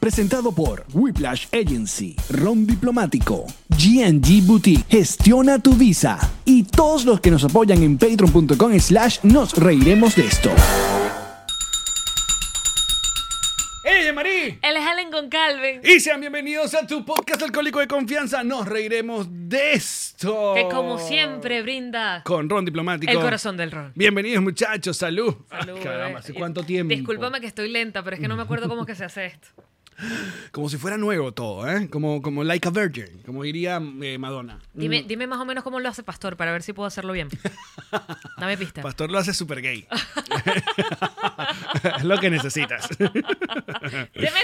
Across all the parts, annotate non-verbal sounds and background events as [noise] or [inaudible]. Presentado por Whiplash Agency, Ron Diplomático, GNG Boutique, Gestiona tu Visa y todos los que nos apoyan en patreon.com slash nos reiremos de esto. ¡Ella Marí! Él es Allen con Calvin. Y sean bienvenidos a tu podcast alcohólico de confianza. Nos reiremos de esto. Que como siempre brinda Oh. Con Ron Diplomático. el corazón del ron. Bienvenidos, muchachos. Salud. Salud, Ay, Ah, caramba, bebé. ¿hace Y- cuánto tiempo? Eh, Discúlpame que estoy lenta, pero es que no me acuerdo cómo es que se [laughs] hace esto. Como si fuera nuevo todo, ¿eh? Como, como like a virgin, como diría eh, Madonna. Dime, dime más o menos cómo lo hace Pastor para ver si puedo [laughs] hacerlo bien. Dame pista. Pastor lo hace super gay. [laughs] es lo que necesitas. [laughs] Deme-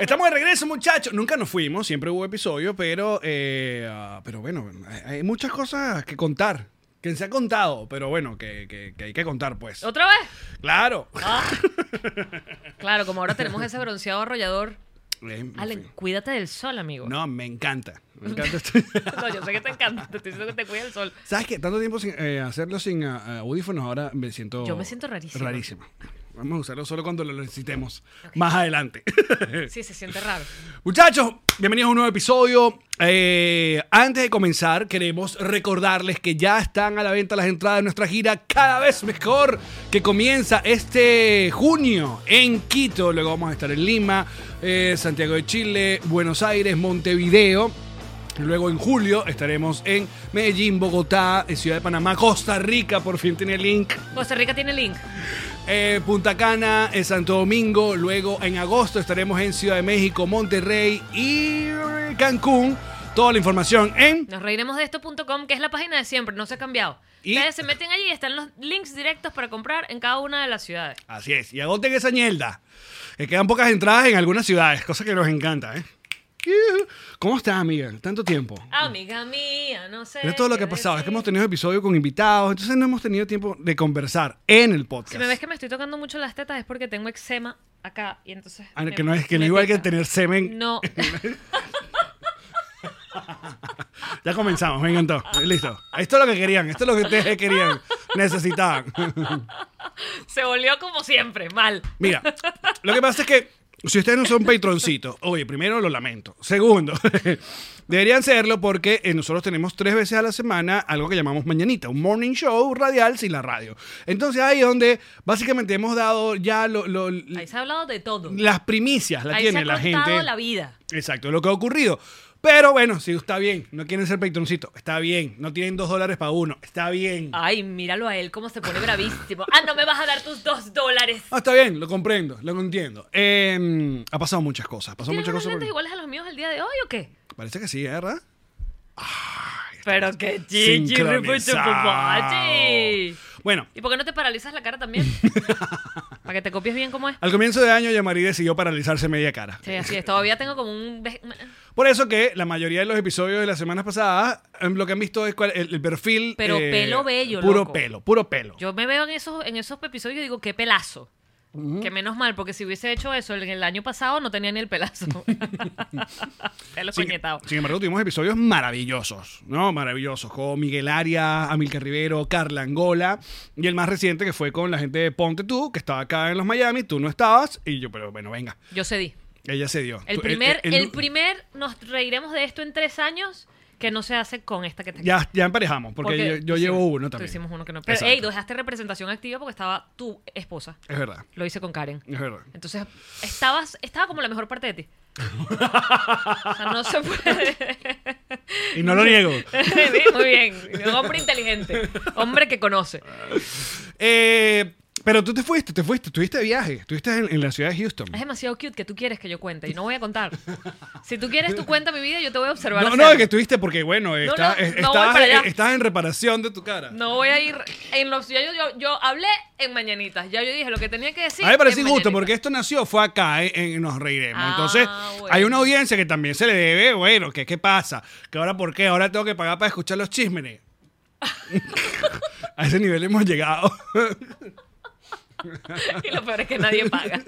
Estamos de regreso, muchachos. Nunca nos fuimos, siempre hubo episodio, pero, eh, ah, pero bueno, hay, hay muchas cosas que contar. Que se ha contado, pero bueno, que, que- que hay que contar, pues. ¿Otra vez? Claro. Ah. Claro, como ahora tenemos ese bronceado arrollador. Eh, en Allen, fin. cuídate del sol, amigo. No, me encanta. Me encanta esto. [laughs] No, yo sé que te encanta. Te estoy diciendo que te cuide el sol. [laughs] ¿Sabes qué? Tanto tiempo sin eh, hacerlo sin ah, audífonos, ahora me siento. Yo me siento rarísima. Rarísimo. Vamos a usarlo solo cuando lo necesitemos. Más adelante. [laughs] Sí, se siente raro. Muchachos, bienvenidos a un nuevo episodio. Eh, antes de comenzar, queremos recordarles que ya están a la venta las entradas de nuestra gira cada vez mejor que comienza este junio en Quito. Luego vamos a estar en Lima, eh, Santiago de Chile, Buenos Aires, Montevideo. Luego en julio estaremos en Medellín, Bogotá, eh, Ciudad de Panamá, Costa Rica, por fin tiene link. Costa Rica tiene link. Eh, Punta Cana, eh, Santo Domingo, luego en agosto estaremos en Ciudad de México, Monterrey y eh, Cancún. Toda la información en... Nos reiremos de esto.com, que es la página de siempre, no se ha cambiado. Y- Ustedes se meten allí y están los links directos para comprar en cada una de las ciudades. Así es, y agoten esa ñelda. Que quedan pocas entradas en algunas ciudades, cosa que nos encanta, ¿eh? Yuhu. ¿Cómo estás, amiga? Tanto tiempo. Amiga mía, no sé. Es todo lo qué que ha pasado, es que decir. hemos tenido episodios con invitados, entonces no hemos tenido tiempo de conversar en el podcast. Si me ves que me estoy tocando mucho las tetas es porque tengo eczema acá y entonces. Ah, me- que no es que no me igual pica. que tener semen. No, [laughs] Ya comenzamos, me encantó. Listo. Esto es lo que querían, esto es lo que ustedes querían, necesitaban. se volvió como siempre, mal. Mira, lo que pasa es que si ustedes no son patroncitos, oye, primero lo lamento. Segundo, [laughs] deberían serlo porque eh, nosotros tenemos tres veces a la semana algo que llamamos mañanita, un morning show radial sin la radio. Entonces ahí es donde básicamente hemos dado ya lo- lo- Ahí se ha hablado de todo. las primicias, la Ahí tiene se ha la contado gente. la vida. Exacto, lo que ha ocurrido. Pero bueno, si está bien, no quieren ser patroncitos, está bien, no tienen dos dólares para uno, está bien. Ay, míralo a él cómo se pone bravísimo. Ah, no me vas a dar tus dos dólares. Ah, está bien, lo comprendo, lo entiendo. Eh, ha pasado muchas cosas, ha pasado ¿Tienes muchas unos cosas. lentes porque- iguales a los míos el día de hoy o qué? Parece que sí, ¿eh, ¿verdad? Pero qué chichi, Sincronizado. Bueno, ¿Y por qué no te paralizas la [laughs] cara también? Para que te copies bien cómo es. al comienzo de año Yamari decidió paralizarse media cara. Sí, así es. Todavía tengo como un... ve- Por eso que la mayoría de los episodios de las semanas pasadas em, lo que han visto es cuál- el, el perfil... eh, Pero pelo bello, Puro loco. pelo, puro pelo. Yo me veo en esos, en esos episodios y digo, qué pelazo. Que menos mal, porque si hubiese hecho eso el, el año pasado no tenía ni [laughs] el pelazo. Pelo sin, coñetado. sin embargo, tuvimos episodios maravillosos, ¿no? Maravillosos, con Miguel Arias, Amilcar Rivero, Carla Angola, y el más reciente que fue con la gente de Ponte Tú, que estaba acá en los Miami, tú no estabas, y yo, pero bueno, venga, Yo cedí. ella se dio. El Tú- primer, el, el- primer, nos reiremos de esto en tres años, que no se hace con esta que te Ya, ya emparejamos, porque, yo, yo hicimos- llevo uno tú también. hicimos uno que no. Pero, Exacto. hey, dejaste representación activa porque estaba tu esposa. Es verdad, Lo hice con Karen. es verdad. Entonces, estabas, estaba como la mejor parte de ti. O sea, no se puede. [laughs] Y no lo niego. Sí, Muy bien. Un hombre inteligente. Hombre que conoce. Eh, Pero tú te fuiste, te fuiste, estuviste de viaje, estuviste en, en la ciudad de Houston. Es demasiado cute que tú quieres que yo cuente y no voy a contar. Si tú quieres, tú cuenta mi vida y yo te voy a observar. No, no, hacerlo. es que estuviste porque, bueno, está- no, es- no voy estás- para allá. estás en reparación de tu cara. No voy a ir en los. Ya yo, yo, yo hablé en mañanitas. Ya yo dije lo que tenía que decir. a mí me parece en injusto Mañanitas. porque esto nació, fue acá, eh, en, Nos Reiremos. Ah, Entonces, bueno. hay una audiencia que también se le debe, bueno, ¿qué, qué pasa? ¿Que ahora por qué? ¿Ahora tengo que pagar para escuchar los [laughs] chismes? [laughs] a ese nivel hemos llegado. [laughs] Y lo peor es que nadie [laughs] paga.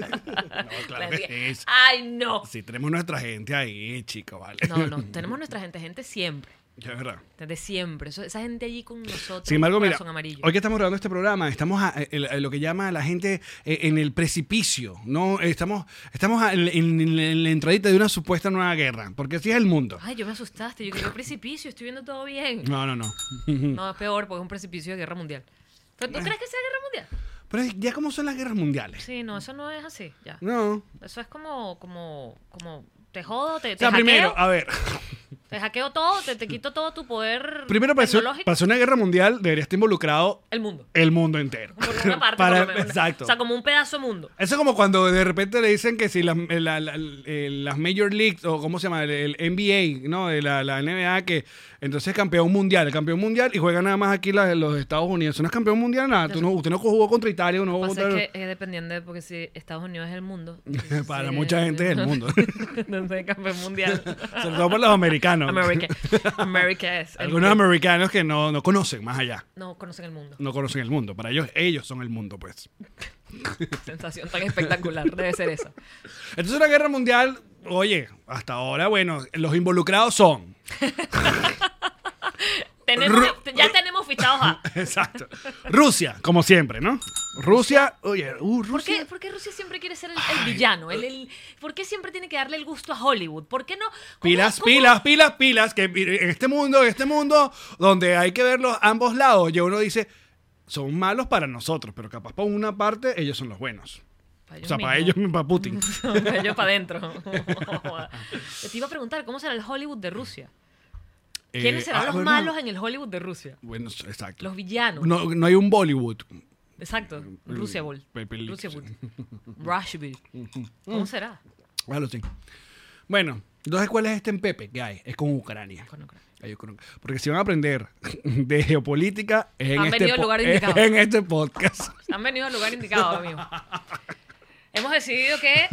claro que sí. Ay, no. si tenemos nuestra gente ahí, chico, ¿vale? No, no. Tenemos nuestra gente, gente siempre. Ya, es verdad. Desde siempre. Eso- esa gente allí con nosotros. Sin embargo, mira, corazón amarillo. hoy que estamos grabando este programa, estamos a, el- a lo que llama la gente eh, en el precipicio, ¿no? Estamos, estamos a- en, en- en la entradita de una supuesta nueva guerra, porque así es el mundo. Ay, yo me asustaste. Yo quería precipicio. Estoy viendo todo bien. No, no, no. [laughs] No, es peor porque es un precipicio de guerra mundial. ¿Pero tú crees que sea guerra mundial? Pero es- ya como son las guerras mundiales. Sí, no, eso no es así. Ya. No. Eso es como, como, como. Te jodo, te, O te sea, hackeo, primero, ah. a ver, [laughs] te hackeo todo, te, te quito todo tu poder primero para hacer- tecnológico. para hacer una guerra mundial debería estar involucrado El mundo. el mundo entero. [laughs] Por una parte, Para- por lo menos. Exacto. O sea, como un pedazo de mundo. Eso es como cuando de repente le dicen que si las, eh, la- la- eh, las Major Leagues, o cómo se llama, el, el NBA, ¿no? De la, la NBA, que entonces campeón mundial, el campeón mundial, y juegan nada más aquí la- los Estados Unidos. Eso no es campeón mundial, nada. Tú no, usted no jugó contra Italia, no jugó Pasa contra... es que es dependiente, de- porque si Estados Unidos es [laughs] el mundo. Para mucha gente es el [laughs] mundo. [laughs] Entonces es campeón mundial. Sobre todo por los americanos. America. America es. [laughs] el Algunos mundo. americanos que no, no conocen más allá. No conocen el mundo. No conocen el mundo. Para ellos, ellos son el mundo, pues. Sensación tan espectacular. Debe ser eso. Entonces, una guerra mundial, oye, hasta ahora, bueno, los involucrados son. Tenemos, ya tenemos fichados a. [laughs] Exacto. Rusia, como siempre, ¿no? Rusia, oye, uh, ¿Por Rusia. qué, por qué Rusia siempre quiere ser el, el villano? El, el- ¿Por qué siempre tiene que darle el gusto a Hollywood? ¿Por qué no? ¿Cómo- Pilas, cómo- pilas, pilas, pilas, que en este mundo, en este mundo, donde hay que verlos ambos lados, ya uno dice, son malos para nosotros, pero capaz para una parte ellos son los buenos. Pa' O ellos sea, para mismos. [laughs] ellos, para Putin. para ellos para adentro. [laughs] Te iba a preguntar, ¿cómo será el Hollywood de Rusia? ¿Quiénes Eh, serán ah, los bueno, malos en el Hollywood de Rusia? Bueno, exacto. Los villanos. No, Mm, no hay un Bollywood. Exacto. Rusia Bull. Pe- pe- [laughs] Rusia Bull. Rush Bull. ¿Cómo será? Bueno, sí. Bueno, entonces, ¿cuál es este en Pepe que hay? Es con Ucrania. Con Ucrania. Ahí con- Porque si van a aprender [laughs] de geopolítica, es en, Han este venido al po- lugar es indicado. en este podcast. Pues Han venido al lugar indicado, amigo. Hemos decidido que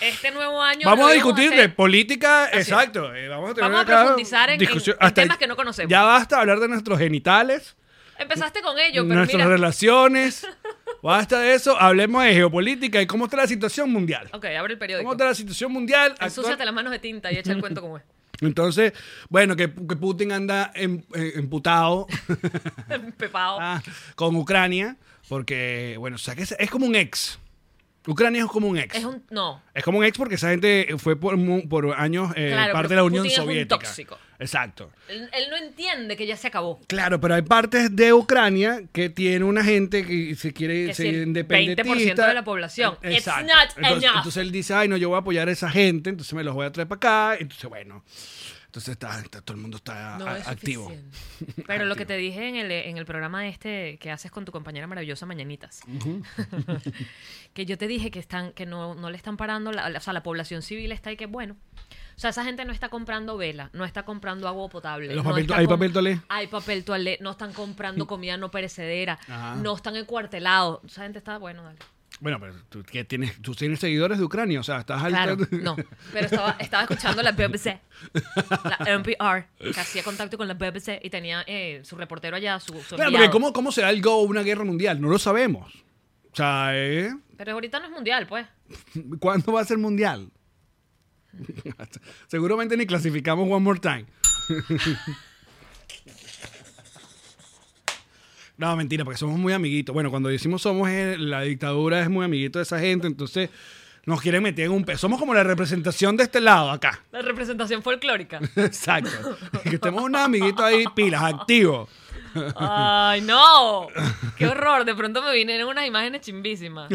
este nuevo año. Vamos lo a discutir hacer- de política, es. exacto. eh, vamos a, tener Vamos a acá profundizar en- en- discusión- en temas que no conocemos. Ya basta hablar de nuestros genitales, Empezaste con ello, pero nuestras pues, mira. [laughs] relaciones. Basta de eso, hablemos de geopolítica y cómo está la situación mundial. Ok, abre el periódico. ¿Cómo está la situación mundial? actual? Ensúciate las manos de tinta y echa el [laughs] cuento como es. Entonces, bueno, que, que Putin anda em- eh, emputado Pepao. Ah, con Ucrania, porque, bueno, o sea, que es, es como un ex. Ucrania es como un ex. Es un. No. Es como un ex porque esa gente fue por, mu- por años eh, Claro, parte de la pero Unión Putin es un Soviética. tóxico. Exacto. Él, él no entiende que ya se acabó. Claro, pero hay partes de Ucrania que tiene una gente que se quiere Que se si el independentista. Eh, 20% de la población. It's Exacto. not entonces, enough. entonces él dice, ay, no, yo voy a apoyar a esa gente, entonces me los voy a traer para acá. Entonces, bueno, entonces está, está- todo el mundo está No a- es activo. suficiente. [laughs] Pero lo que te dije en el, en el programa este que haces con tu compañera maravillosa Mañanitas, [laughs] que yo te dije que están que no, no le están parando, la, la- o sea, la población civil está y que bueno. O sea, esa gente no está comprando vela, no está comprando agua potable. Los no papel- está hay com- papel toalé. Hay papel toalé, no están comprando comida no perecedera, Ajá. no están encuartelados. Esa gente está, bueno, dale. Bueno, pero tú, que tienes, tú tienes seguidores de Ucrania, o sea, estás al- Claro, [laughs] no. Pero estaba, estaba escuchando la BBC, la NPR, que hacía contacto con la BBC y tenía eh, su reportero allá, su, su Claro, porque enviado. ¿cómo, ¿cómo será el go una guerra mundial? No lo sabemos. O sea, ¿eh? [laughs] Pero ahorita no es mundial, pues. ¿cuándo va a ser mundial? [laughs] Seguramente ni clasificamos One More Time. [laughs] No, mentira, porque somos muy amiguitos. Bueno, cuando decimos somos, eh, la dictadura es muy amiguito de esa gente, entonces nos quieren meter en un peso. Somos como la representación de este lado acá. [laughs] La representación folclórica. Exacto. [laughs] Que estemos unos amiguitos ahí, pilas, activos. ¡Ay, no! ¡Qué horror! De pronto me vinieron unas [laughs] imágenes chimbísimas.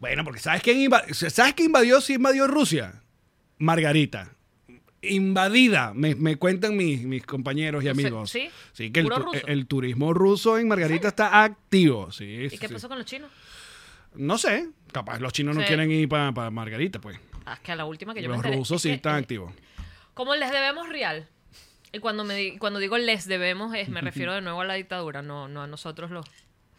Bueno, porque ¿sabes quién invadió? ¿Sabes quién invadió? Sí invadió Rusia. Margarita. invadida, me, me cuentan mis, mis compañeros y O sea, amigos. ¿sí? que el, ¿Puro tu- ruso? el turismo ruso en Margarita está activo. Sí, ¿Y qué pasó con los chinos? No sé, capaz los chinos no Sí. quieren ir para Margarita, pues. Ah, es que a la última que yo me Los enteré, rusos es sí que- están activos. Como les debemos real. Y cuando me di- cuando digo les debemos, [laughs] es, me refiero de nuevo a la dictadura, no, no a nosotros los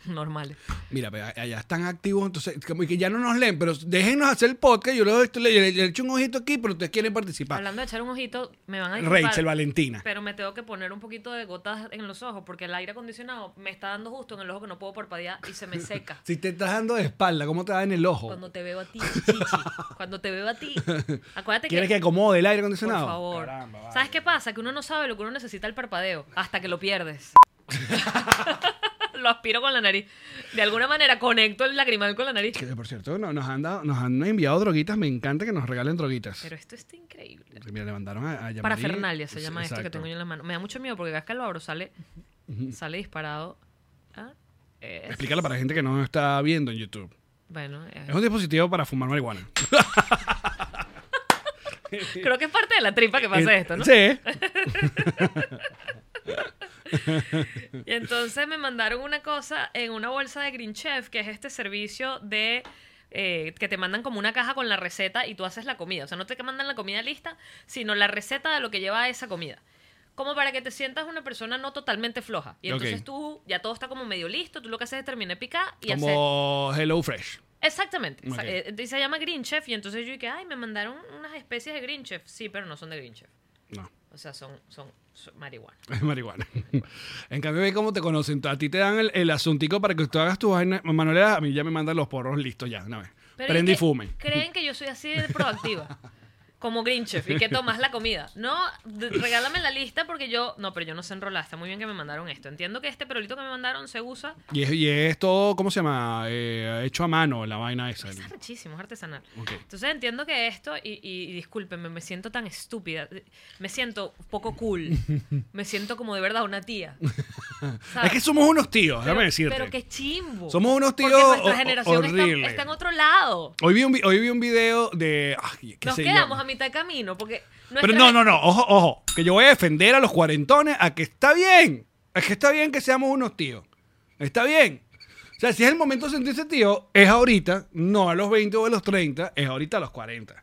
normales. Mira, pero allá están activos, entonces, como que ya no nos leen, pero déjennos hacer el podcast. Yo les le, le- le echo un ojito aquí, pero ustedes quieren participar. Hablando de echar un ojito, me van a disculpar, Rachel Valentina. Pero me tengo que poner un poquito de gotas en los ojos porque el aire acondicionado me está dando justo en el ojo que no puedo parpadear [laughs] y se me seca. Si te estás dando de espalda, ¿cómo te da en el ojo? Cuando te veo [laughs] a ti, chichi. Cuando te veo a ti. Acuérdate ¿Quieres que que. acomode el aire Por acondicionado? favor. Caramba, vale. ¿Sabes qué pasa? Que uno no sabe lo que uno necesita el parpadeo hasta que [laughs] lo pierdes. [laughs] lo aspiro con la nariz. De alguna manera conecto el lagrimal con la nariz. Que, por cierto, no- nos, han dado- nos han enviado droguitas. Me encanta que nos regalen droguitas. Pero esto está increíble. Mira, le mandaron a, a Yamarí. Parafernalia se llama esto que Exacto. tengo yo en la mano. Me da mucho miedo porque cada vez que lo abro sale, sale disparado. Ah, eh, Explícala para la gente que no está viendo en YouTube. bueno, eh, Es un dispositivo para fumar marihuana. creo que es parte de la tripa que pasa Eh, esto, ¿no? [laughs] Sí. Y entonces me mandaron una cosa en una bolsa de Green Chef, que es este servicio de eh, que te mandan como una caja con la receta y tú haces la comida. O sea, no te mandan la comida lista, sino la receta de lo que lleva esa comida. Como para que te sientas una persona no totalmente floja. Y Ok. entonces tú, ya todo está como medio listo, tú lo que haces es terminar de picar y hacer... Como Hello Fresh. Exactamente. Ok. Exa- eh, entonces se llama Green Chef y entonces yo dije, ay, me mandaron unas especies de Green Chef. Sí, pero no son de Green Chef. No, [laughs] O sea, son, son, son marihuana. es [laughs] marihuana. en cambio, ve cómo te conocen. A ti te dan el, el asuntico para que tú hagas tu vaina. Manuela, a mí ya me mandan los porros listos ya, una vez. Pero Prende y es que fume. Creen que yo soy así [laughs] de proactiva. Como Green Chef, y que tomas la comida. No, d- regálame la lista porque yo. No, pero yo no sé enrolar. Está muy bien que me mandaron esto. Entiendo que este perolito que me mandaron se usa. Y es, y es todo, ¿cómo se llama? Eh, hecho a mano, la vaina esa. Es arrechísimo, es artesanal. Ok. Entonces entiendo que esto, y, y- y discúlpenme, me siento tan estúpida. Me siento [laughs] poco cool. Me siento como de verdad una tía. Es ¿sabes? que somos unos tíos, Pero- déjame decirte. Pero qué chimbo. Somos unos Porque tíos nuestra ho- generación está- horrible. Está, en otro lado. Hoy vi, un, vi- hoy vi un video de. ay, qué Nos sé yo. quedamos a mitad de camino porque. Pero nuestra no, no, no, ojo, ojo. Que yo voy a defender a los cuarentones a que está bien. Es que está bien que seamos unos tíos. Está bien. O sea, si es el momento de sentirse tío, es ahorita, no a los 20 o a los 30, es ahorita a los 40.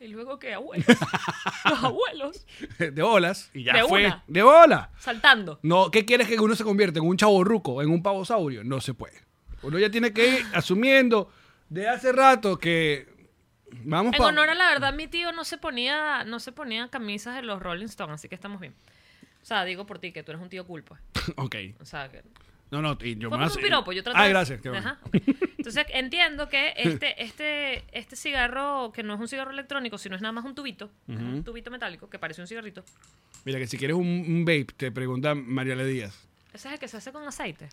Y luego que abuelos. [laughs] los abuelos. [laughs] De olas y ya De fue. una. De olas. Saltando. No, ¿qué quieres que uno se convierta en un chaborruco, en un pavosaurio? No se puede. Uno ya tiene que ir asumiendo de hace rato que vamos En pa- honor a la verdad, mi tío no se ponía, no se ponía camisas de los Rolling Stones, así que estamos bien. O sea, digo por ti que tú eres un tío culpa. [coughs] Ok. O sea, que No, no, y yo fue me como hace- un piropo. Yo traté Ah, de- gracias. qué bueno. [laughs] Ajá, ok. Entonces entiendo que este, este, este cigarro, que no es un cigarro electrónico, sino es nada más un tubito, un tubito metálico que parece un cigarrito. Mira, que si quieres un, un vape, te pregunta Mariela Díaz. Ese es el que se hace con aceite.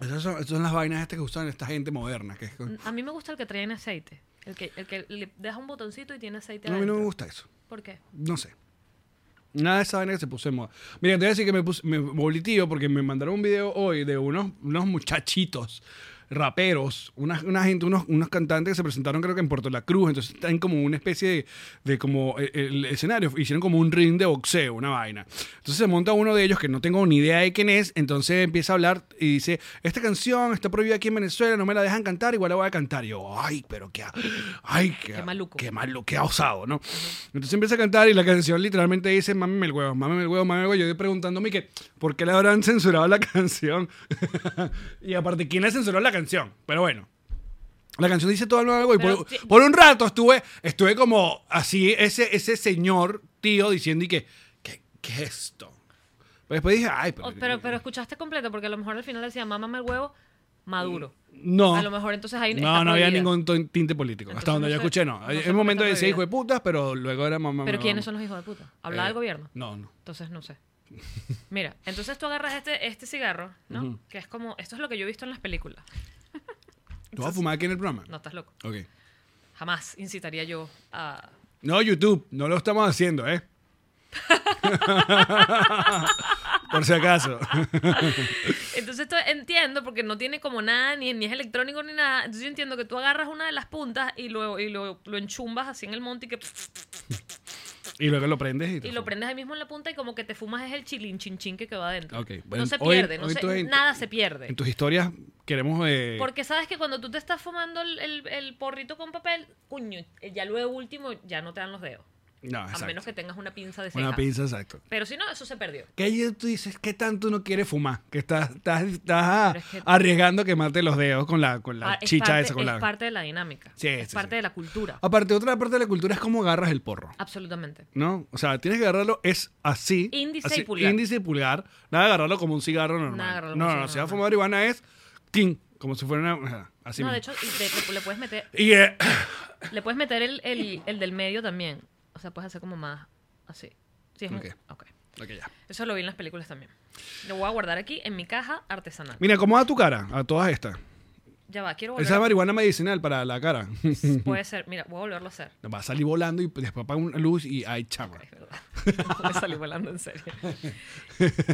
Esas son, esas son las vainas estas que usan esta gente moderna. Que es con- A mí me gusta el que trae en aceite. El que, el que le deja un botoncito y tiene aceite No, a mí no adentro. me gusta eso. ¿Por qué? No sé. Nada de esa vaina que se puso en moda. Mira, te voy a decir que me, puse, me volví tío porque me mandaron un video hoy de unos, unos muchachitos raperos, una, una gente, unos, unos cantantes que se presentaron creo que en Puerto La Cruz, entonces están como una especie de, de como el, el escenario, hicieron como un ring de boxeo, una vaina. Entonces se monta uno de ellos que no tengo ni idea de quién es, entonces empieza a hablar y dice, esta canción está prohibida aquí en Venezuela, no me la dejan cantar, igual la voy a cantar. Y yo, ay, pero qué, a- ay, qué, Qué maluco. qué malo, qué osado, ¿no? Entonces empieza a cantar y la canción literalmente dice, mámeme el huevo, mámeme el huevo, mámeme el huevo. Yo estoy preguntándome que, ¿por qué le habrán censurado la [laughs] canción? y aparte, ¿quién le censuró la canción? Pero bueno. La canción dice todo algo y por, Pero- por un rato estuve, estuve como así, ese, ese señor tío diciendo y que, ¿qué, qué es esto? Pero después dije, ay, pero... O- Oh, pero, pero escuchaste completo, porque a lo mejor al final decía, mámame el huevo, maduro. no. A lo mejor entonces ahí No, está no había prohibida. ningún ton- tinte político. Hasta Entonces donde no yo sé- escuché, no. no sé En por qué un momento está decía hijo de prohibida. putas, pero luego era mamá. Pero mamá, ¿quiénes son mamá. los hijos de puta? ¿Hablaba Eh, del gobierno? No, no. Entonces no sé. Mira, entonces tú agarras este, este cigarro, ¿no? Que es como, esto es lo que yo he visto en las películas. ¿Tú vas a fumar aquí en el programa? No, estás loco. Ok. Jamás incitaría yo a... No, YouTube, no lo estamos haciendo, [laughs] ¿eh? Por si acaso. Entonces esto entiendo, porque no tiene como nada, ni, ni es electrónico ni nada. Entonces yo entiendo que tú agarras una de las puntas y lo, y lo, lo enchumbas así en el monte y que... Y luego lo prendes y, te Y lo prendes ahí mismo en la punta y como que te fumas es el chilín chin chin que queda adentro. Ok, no bueno, se hoy- pierde, no hoy se- tú en- nada se pierde. En tus historias queremos... eh, Porque sabes que cuando tú te estás fumando el, el- el porrito con papel, cuño, eh, ya luego último ya no te dan los dedos. no, exacto. A menos que tengas una pinza de ceja. Una pinza, exacto. Pero si no, eso se perdió. Que ahí tú dices, ¿qué tanto uno quiere fumar? Que estás, estás, estás Pero es que- arriesgando quemarte los dedos con la, con la Ah, es chicha parte, esa, con es la... parte de la dinámica. Sí, es sí, parte sí. Ah. de la cultura. Aparte, otra parte de la cultura es cómo agarras el porro, Absolutamente. ¿no? O sea, tienes que agarrarlo, es así. Índice y así, pulgar. Índice y pulgar. Nada de agarrarlo como un cigarro normal. Nada de agarrarlo no, como no, un no, si cigarro vas a fumar marihuana es, ¡ting! Como si fuera una... ajá, Así no, de mismo. hecho, y te- le- le puedes meter, Y [coughs] eh, le puedes meter el, el- el del medio también. O sea, puedes hacer como más así. Sí, es muy- Ok. ok. ok, ya. Eso lo vi en las películas también. Lo voy a guardar aquí en mi caja artesanal. Mira, ¿cómo va tu cara a todas estas? Ya va, quiero Esa es volver. marihuana medicinal para la cara. [laughs] a- Puede ser, mira, voy a volverlo a hacer. Va a salir volando y después apaga una luz y hay chama. [laughs] Es verdad. [laughs] Me salí volando en serio.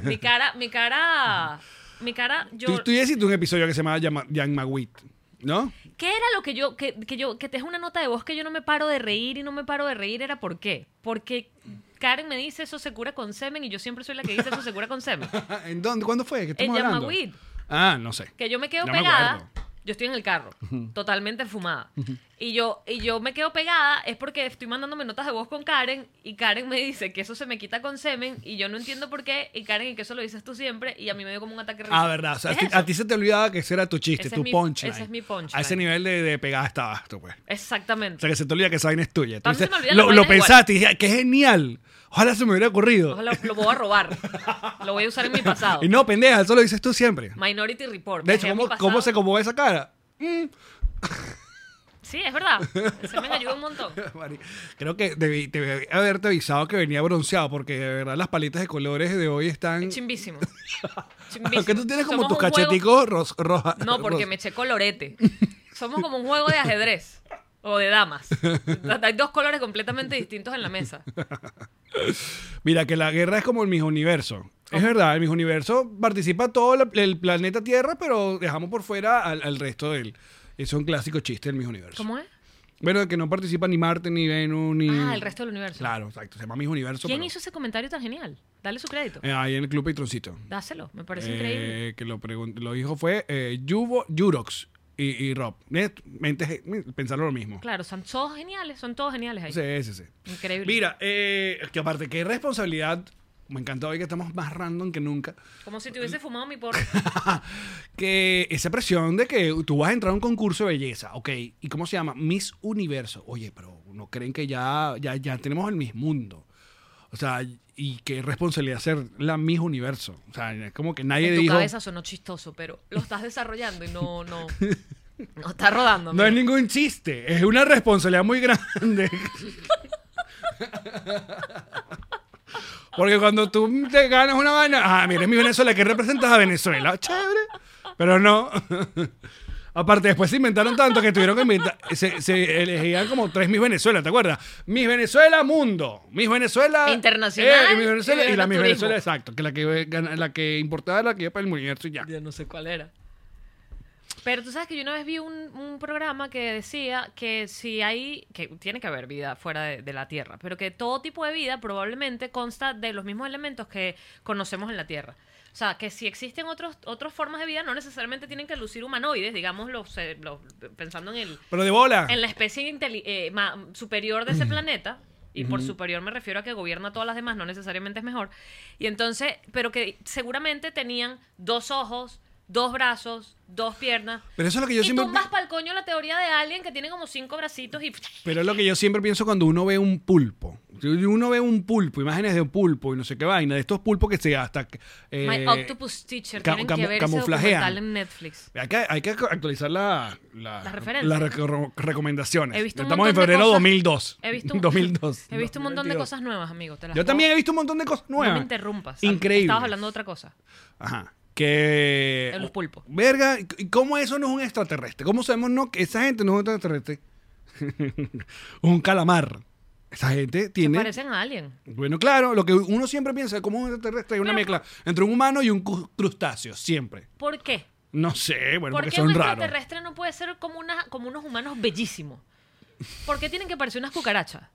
Mi cara, mi cara, mi cara, yo. Tú, tú ya hiciste un episodio que se llamaba Llama- Jan Maguit, ¿no? [laughs] ¿Qué era lo que yo, que, que yo, que te es una nota de voz que yo no me paro de reír y no me paro de reír? ¿Era por qué? Porque Karen me dice eso se cura con semen y yo siempre soy la que dice eso se cura con semen. ¿En dónde? ¿Cuándo fue? ¿Qué estamos En hablando? Yamaguit. Ah, no sé. Que yo me quedo No me pegada. acuerdo. yo estoy en el carro, totalmente fumada. Y yo, y yo me quedo pegada es porque estoy mandándome notas de voz con Karen y Karen me dice que eso se me quita con semen y yo no entiendo por qué. Y Karen, y que eso lo dices tú siempre y a mí me dio como un ataque de risa. Ah, verdad. O sea, ¿Es a ti- eso? a ti se te olvidaba que ese era tu chiste, Ese tu es mi- punchline. ese es mi punchline. A ese nivel de, de pegada estabas tú, pues. O Exactamente. sea, que se te olvida que esa vaina es tuya. Tú A mí se dices, me olvidan lo las lo vainas pensaste y dije, qué genial. Ojalá se me hubiera ocurrido. Ojalá lo voy a robar. Lo voy a usar en mi [laughs] pasado. Y no, pendeja, eso lo dices tú siempre. Minority Report. De Viajé hecho, a mi ¿cómo, pasado. cómo se acomodó esa cara? Mm. Sí, es verdad. El semen ayuda un montón. [laughs] Mari, Creo que debí, debí haberte avisado que venía bronceado, porque de verdad las paletas de colores de hoy están. Es chimbísimo. Chimbísimo. [laughs] Aunque tú tienes como Somos tus un juego- cacheticos ros- roja- No, porque ros- me eché colorete. Somos como un juego de ajedrez o [laughs] de damas. Hay dos colores completamente distintos en la mesa. Mira, que la guerra es como el mis universo. Es verdad, el mis universo participa todo la- el planeta Tierra, pero dejamos por fuera al, al resto del. Es un clásico chiste el mis universo. ¿Cómo es? Bueno, que no participa ni Marte, ni Venus, ni. Ah, el resto del universo. Claro, exacto. Se llama mis universo. ¿Quién pero- hizo ese comentario tan genial? Dale su crédito. Eh, ahí en el Club Patroncito. Dáselo, me parece Eh, increíble. Que lo, pregun- lo dijo fue eh, Yuvo, Yurox y, y Rob. Eh, mentes- pensaron lo mismo. Claro, son todos geniales, son todos geniales ahí. Sí, sí, sí. Increíble. Mira, eh, que aparte, qué responsabilidad. Me encanta hoy que estamos más random que nunca. Como si te eh, hubiese fumado [laughs] mi porro. que esa presión de que tú vas a entrar a un concurso de belleza, ok, ¿y cómo se llama? Miss Universo. Oye, pero no creen que ya, ya, ya tenemos el Miss Mundo. O sea, y qué responsabilidad ser la Miss Universo. O sea, es como que nadie En tu dijo. cabeza sonó chistoso, pero lo estás desarrollando y no, no, no está rodando. No amigo. es ningún chiste, es una responsabilidad muy grande. Porque cuando tú te ganas una vaina, ah, mira, es mi Venezuela, que representas a Venezuela? Chévere, pero no. Aparte, después se inventaron tanto que tuvieron que inventar. Se, se elegían como tres Miss Venezuela, ¿te acuerdas? Miss Venezuela Mundo, Miss Venezuela. Internacional, Miss Venezuela, y y, la Miss Veneturismo. Venezuela, exacto, que la que, gana- la que importaba era la que iba para el universo y ya. Ya no sé cuál era. Pero tú sabes que yo una vez vi un, un programa que decía que si hay, que tiene que haber vida fuera de, de la Tierra, pero que todo tipo de vida probablemente consta de los mismos elementos que conocemos en la Tierra. O sea, que si existen otros, otras formas de vida, no necesariamente tienen que lucir humanoides, digamos, los, eh, los- pensando en el, Pero de bola. en la especie inteli- eh, ma- superior de ese planeta, y por superior me refiero a que gobierna a todas las demás, no necesariamente es mejor, y entonces, pero que seguramente tenían dos ojos, dos brazos, dos piernas. Pero eso es lo que yo y siempre. tumbas pa'l coño la teoría de alguien que tiene como cinco bracitos y... Pero es lo que yo siempre pienso cuando uno ve un pulpo. Si Uno ve un pulpo, imágenes de un pulpo y no sé qué vaina, de estos pulpos que se hasta. eh, My Octopus Teacher, ca- tienen camu- que ver ese camuflajean. documental en Netflix. Hay que, hay que actualizar la- la- Las referencias. las reco- recomendaciones. He visto un Estamos en montón de febrero cosas- 2002. [laughs] He visto un, 2002. he visto un montón de 2022. cosas nuevas, amigo. te las Yo puedo- también he visto un montón de cosas nuevas. No me interrumpas. Increíble. Estabas hablando de otra cosa. Ajá. Que. De los pulpos. Verga, ¿y c- ¿cómo eso no es un extraterrestre? ¿Cómo sabemos no, que esa gente no es un extraterrestre? [laughs] un calamar. Esa gente tiene. Parecen a alguien. Bueno, claro, lo que uno siempre piensa como un extraterrestre es una Pero- mezcla entre un humano y un cru- crustáceo, siempre. ¿Por qué? No sé, bueno, ¿Por porque qué un son raros. extraterrestre no puede ser como, una, como unos humanos bellísimos? ¿Por qué tienen que parecer unas cucarachas?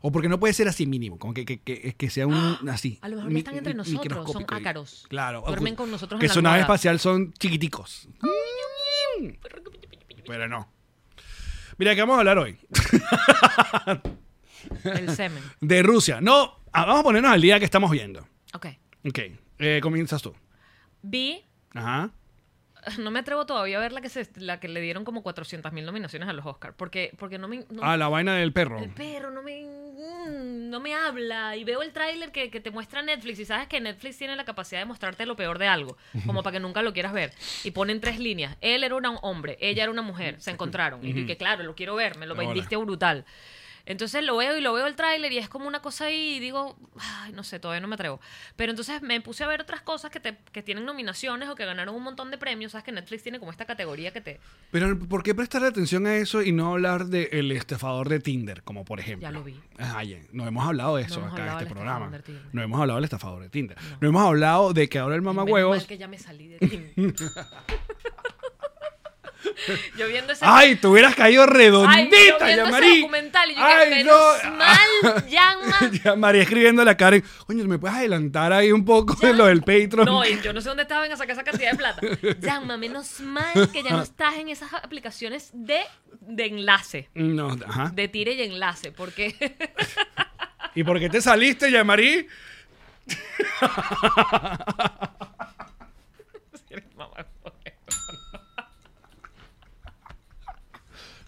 O porque no puede ser así mínimo, como que, que, que, que sea un así. ¡Ah! A lo mejor no mi- están entre mi- nosotros, son microscópico y- ácaros. Claro. Duermen o- con nosotros en Que la su nave almohada. espacial son chiquiticos. Pero no. Mira, ¿qué vamos a hablar hoy? El [laughs] semen. De Rusia. No, ah, vamos a ponernos al día que estamos viendo. Ok. Ok, eh, comienzas tú. Vi, Ajá. no me atrevo todavía a ver la que, se, la que le dieron como 400 mil nominaciones a los Oscars, porque, porque no me... no- Ah, la vaina del perro. El perro no me, mm, no me habla. Y veo el tráiler que, que te muestra Netflix y sabes que Netflix tiene la capacidad de mostrarte lo peor de algo, como para que nunca lo quieras ver. Y ponen tres líneas. Él era un hombre, ella era una mujer, se encontraron. Y yo, que claro, lo quiero ver, me lo Hola. vendiste brutal. Entonces lo veo y lo veo el tráiler y es como una cosa ahí y digo, ay, no sé, todavía no me atrevo. Pero entonces me puse a ver otras cosas que, te- que tienen nominaciones o que ganaron un montón de premios. Sabes que Netflix tiene como esta categoría que te... Pero ¿por qué prestarle atención a eso y no hablar del el estafador de Tinder, como por ejemplo? Ya lo vi. Ajá, ya. no hemos hablado de eso hemos acá en hablado este del programa. estafador de Tinder. No hemos hablado del estafador de Tinder. No, hemos hablado de que ahora el Menos mamahuevos... mal que ya me salí [laughs] de ti. yo viendo ese ¡Ay, te hubieras caído Ay, yo redondita, viendo ese Ah, Yamari! documental y yo ¡Ay, que menos no! [laughs] mal, Yanma. Yamari escribiéndole a Karen, coño, ¿me puedes adelantar ahí un poco de lo del Patreon? No, y yo no sé dónde estaban a sacar esa cantidad de plata. Yanma, menos mal que ya no estás en esas aplicaciones de, de enlace. [laughs] No, ajá. De tire y enlace, porque [laughs] ¿Y por qué te saliste, Yamari?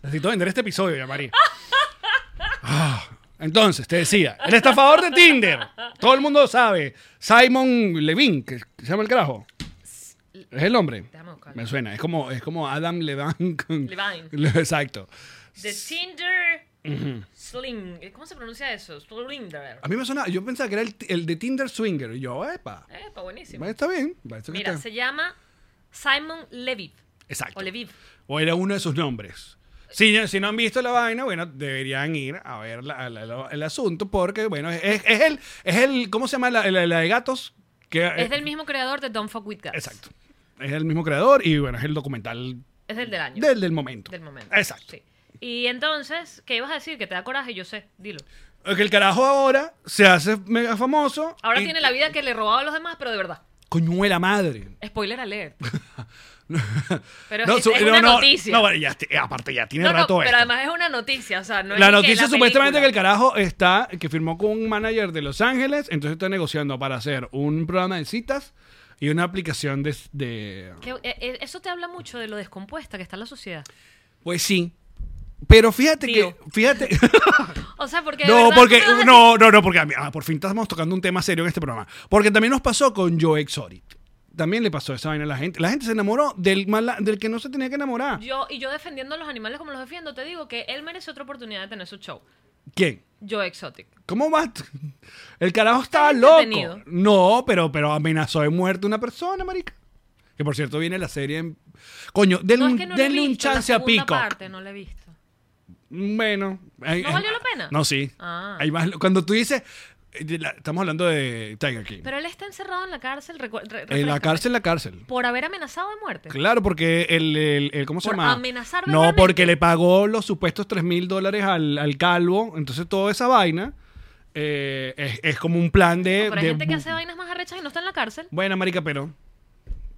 Necesito vender este episodio, Yamari. Ah, Entonces, te decía, el estafador de Tinder. Todo el mundo lo sabe. Simon Levin, que se llama el carajo. Es el hombre. Déjame buscarlo. Me suena. Es como, es como Adam Levine. con- Levine. [laughs] Exacto. de Tinder Sling. ¿Cómo se pronuncia eso? Slinger. A mí me suena. Yo pensaba que era el, el de Tinder Swinger. Y yo, epa. Eh, está buenísimo. Está bien. parece que Mira, está- se llama Simon Leviv. Exacto. O Leviv. O era uno de sus nombres. Si, ya- si no han visto la vaina, bueno, deberían ir a ver la- la- la- el asunto porque, bueno, es, es el, es el, ¿cómo se llama la, la- la de gatos? Que, Es del mismo creador de Don't Fuck With Cats. Eh, Exacto. Es el mismo creador y, bueno, es el documental Es del del año. del, del momento. Del momento. Exacto. Sí. Y entonces, ¿qué ibas a decir? Que te da coraje, yo sé. Dilo. Que el carajo ahora se hace mega famoso. Ahora y- tiene la vida que le robaba a los demás, pero de verdad. Coño de la madre. Spoiler [laughs] alert. Pero es- su- es una noticia. No, bueno, ya, te- aparte ya tiene No, no, rato pero esto. además es una noticia. O sea, no es la ni que noticia supuestamente película. que el carajo está, que firmó con un manager de Los Ángeles, entonces está negociando para hacer un programa de citas y una aplicación de... de- Que, eh, eh, eso te habla mucho de lo descompuesta que está la sociedad. Pues sí. Pero fíjate Tío. que... [laughs] Fíjate... [laughs] O sea, porque. de no, verdad, porque... tú me vas a No, no, no, porque a mí- ah, por fin estamos tocando un tema serio en este programa. Porque también nos pasó con Joe Exotic. También le pasó esa vaina a la gente. La gente se enamoró del, mala- del que no se tenía que enamorar. Yo, y yo defendiendo a los animales como los defiendo, te digo que él merece otra oportunidad de tener su show. ¿Quién? Yo Exotic. ¿Cómo va? El carajo estaba entretenido. loco. No, pero, pero amenazó de muerte a una persona, marica. Que por cierto viene la serie en... Coño, denle, No un- es que no le he denle un visto, la chance a segunda Pico. parte no la he visto. Bueno. eh, ¿No eh, valió la pena? No, sí. Ah. Hay más- cuando tú dices... eh, de la- Estamos hablando de Tiger King. Pero él está encerrado en la cárcel. recu- re- en la refrescame, cárcel, la cárcel. Por haber amenazado de muerte. Claro, porque el, el- el- ¿cómo se Por llama? amenazar No, verbalmente. porque le pagó los supuestos 3 mil dólares al, al calvo. Entonces toda esa vaina eh, es, es como un plan de... Pero hay de gente que bu- hace vainas más arrechas y no está en la cárcel. Buena, marica, pero.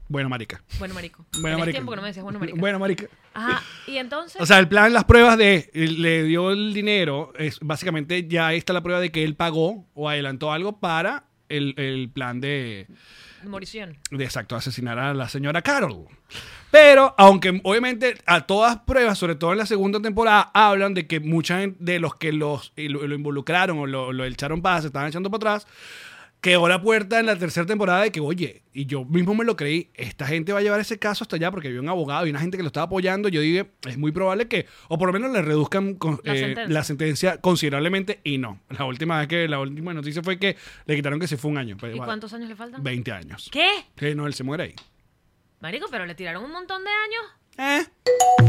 Bueno, marica. Bueno, marico. Bueno, Tenías marica. tiempo que no me decías bueno, marico. Bueno, marica. Ajá. Y entonces. O sea, el plan, las pruebas de le dio el dinero, es, básicamente ya está la prueba de que él pagó o adelantó algo para el, el plan de, Morición. de, exacto, asesinar a la señora Carol. Pero, aunque obviamente a todas pruebas, sobre todo en la segunda temporada, hablan de que mucha gente de los que los, y lo, lo involucraron o lo, lo echaron para, se estaban echando para atrás, quedó la puerta en la tercera temporada de que, oye, y yo mismo me lo creí, esta gente va a llevar ese caso hasta allá porque había un abogado y una gente que lo estaba apoyando. Yo dije, es muy probable que, o por lo menos le reduzcan con- La eh, sentencia. la sentencia considerablemente y no. La última vez que, la última noticia fue que le quitaron que se fue un año. Pues, ¿Y vale, cuántos años le faltan? 20 años. ¿Qué? Sí, no, él se muere ahí. Marico, pero le tiraron un montón de años. ¿Eh?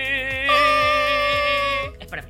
Es para mí.